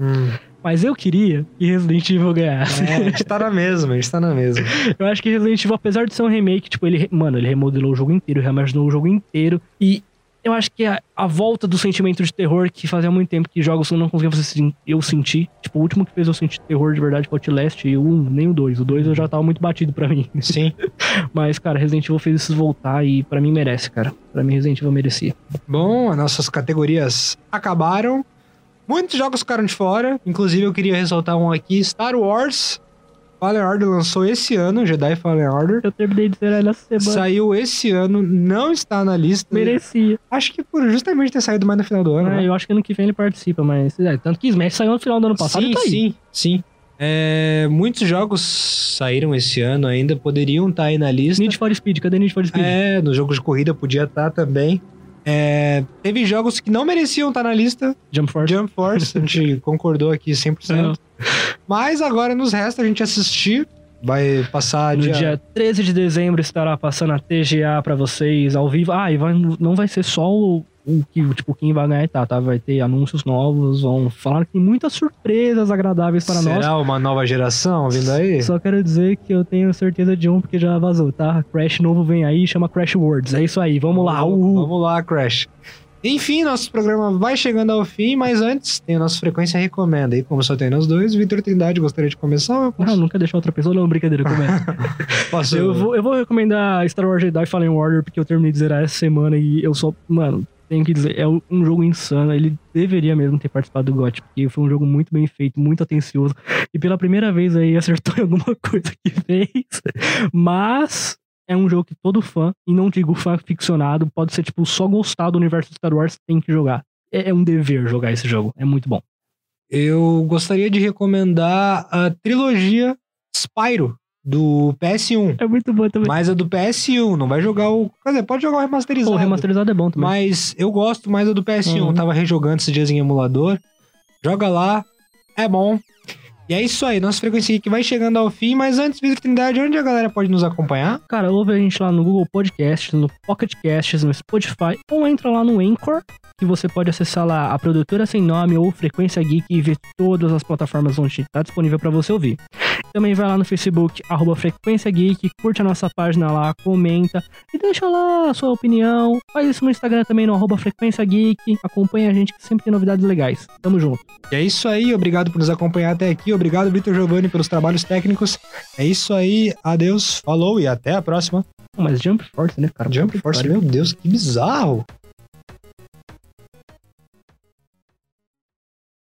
S2: Hum.
S3: Mas eu queria que Resident Evil ganhasse.
S2: É, a gente tá na mesma, a gente tá na mesma.
S3: Eu acho que Resident Evil, apesar de ser um remake, tipo, ele, re- mano, ele remodelou o jogo inteiro, reimaginou o jogo inteiro. E eu acho que a, a volta do sentimento de terror que fazia muito tempo que jogos não conseguiam fazer sen- eu sentir. Tipo, o último que fez eu sentir terror de verdade foi o Outlast e o 1, nem o 2. O 2 eu já tava muito batido pra mim.
S2: Sim.
S3: Mas, cara, Resident Evil fez isso voltar e pra mim merece, cara. Pra mim Resident Evil merecia.
S2: Bom, as nossas categorias acabaram. Muitos jogos ficaram de fora. Inclusive, eu queria ressaltar um aqui: Star Wars. Fallen Order lançou esse ano, Jedi Fallen Order.
S3: Eu terminei de zerar ele essa semana.
S2: Saiu esse ano, não está na lista.
S3: Merecia.
S2: Acho que por justamente ter saído mais no final do ano.
S3: Ah,
S2: né?
S3: eu acho que ano que vem ele participa, mas. é, tanto que Smash saiu no final do ano passado
S2: sim,
S3: e tá aí.
S2: sim, sim. É, muitos jogos saíram esse ano ainda, poderiam estar aí na lista.
S3: Need for Speed, cadê Need for Speed?
S2: É, nos jogos de corrida podia estar também. É, teve jogos que não mereciam estar na lista.
S3: Jump Force.
S2: Jump Force, a gente concordou aqui 100%.
S3: É.
S2: Mas agora nos resta a gente assistir. Vai passar
S3: No
S2: dia...
S3: dia 13 de dezembro estará passando a TGA pra vocês ao vivo. Ah, e vai- não vai ser só o, o que tipo quem vai ganhar e tá, tá? Vai ter anúncios novos, vão falar que tem muitas surpresas agradáveis para nós.
S2: Será uma nova geração vindo aí?
S3: Só quero dizer que eu tenho certeza de um porque já vazou, tá? Crash novo vem aí, chama Crash Words. É isso aí, vamos lá. Uhul.
S2: Vamos lá, Crash. Enfim, nosso programa vai chegando ao fim, mas antes tem a nossa frequência recomenda. E como só tem nós dois, Vitor Trindade gostaria de começar? Eu
S3: Ah,
S2: posso,
S3: nunca deixar outra pessoa? Não, brincadeira, começa.
S2: posso-
S3: eu, vou, eu vou recomendar Star Wars Jedi Fallen Order porque eu terminei de zerar essa semana e eu só. Mano, tenho que dizer, é um jogo insano. Ele deveria mesmo ter participado do GOT, porque foi um jogo muito bem feito, muito atencioso. E pela primeira vez aí acertou em alguma coisa que fez. Mas é um jogo que todo fã, e não digo fã ficcionado, pode ser tipo só gostar do universo de Star Wars, tem que jogar. É é um dever jogar esse jogo, é muito bom.
S2: Eu gostaria de recomendar a trilogia Spyro, do PS1.
S3: É muito bom também.
S2: Mas a do PS1, não vai jogar o... Quer dizer, pode jogar o remasterizado.
S3: o remasterizado é bom também.
S2: Mas eu gosto mais da do PS1.
S3: Uhum.
S2: Eu tava rejogando esses dias em emulador. Joga lá, é bom. E é isso aí, nossa Frequência Geek vai chegando ao fim, mas antes, Vitor Trindade, onde a galera pode nos acompanhar?
S3: Cara, ouve a gente lá no Google Podcasts, no Pocket Casts, no Spotify, ou entra lá no Anchor, que você pode acessar lá a produtora sem nome ou Frequência Geek e ver todas as plataformas onde está disponível para você ouvir. Também vai lá no Facebook, arroba Frequência Geek, curte a nossa página lá, comenta e deixa lá a sua opinião. Faz isso no Instagram também, no arroba Frequência Geek. Acompanha a gente que sempre tem novidades legais. Tamo junto.
S2: E é isso aí, obrigado por nos acompanhar até aqui, obrigado Vitor Giovanni pelos trabalhos técnicos. É isso aí, adeus, falou e até a próxima.
S3: Mas Jump Force, né, cara?
S2: Jump Force, meu Deus, que bizarro.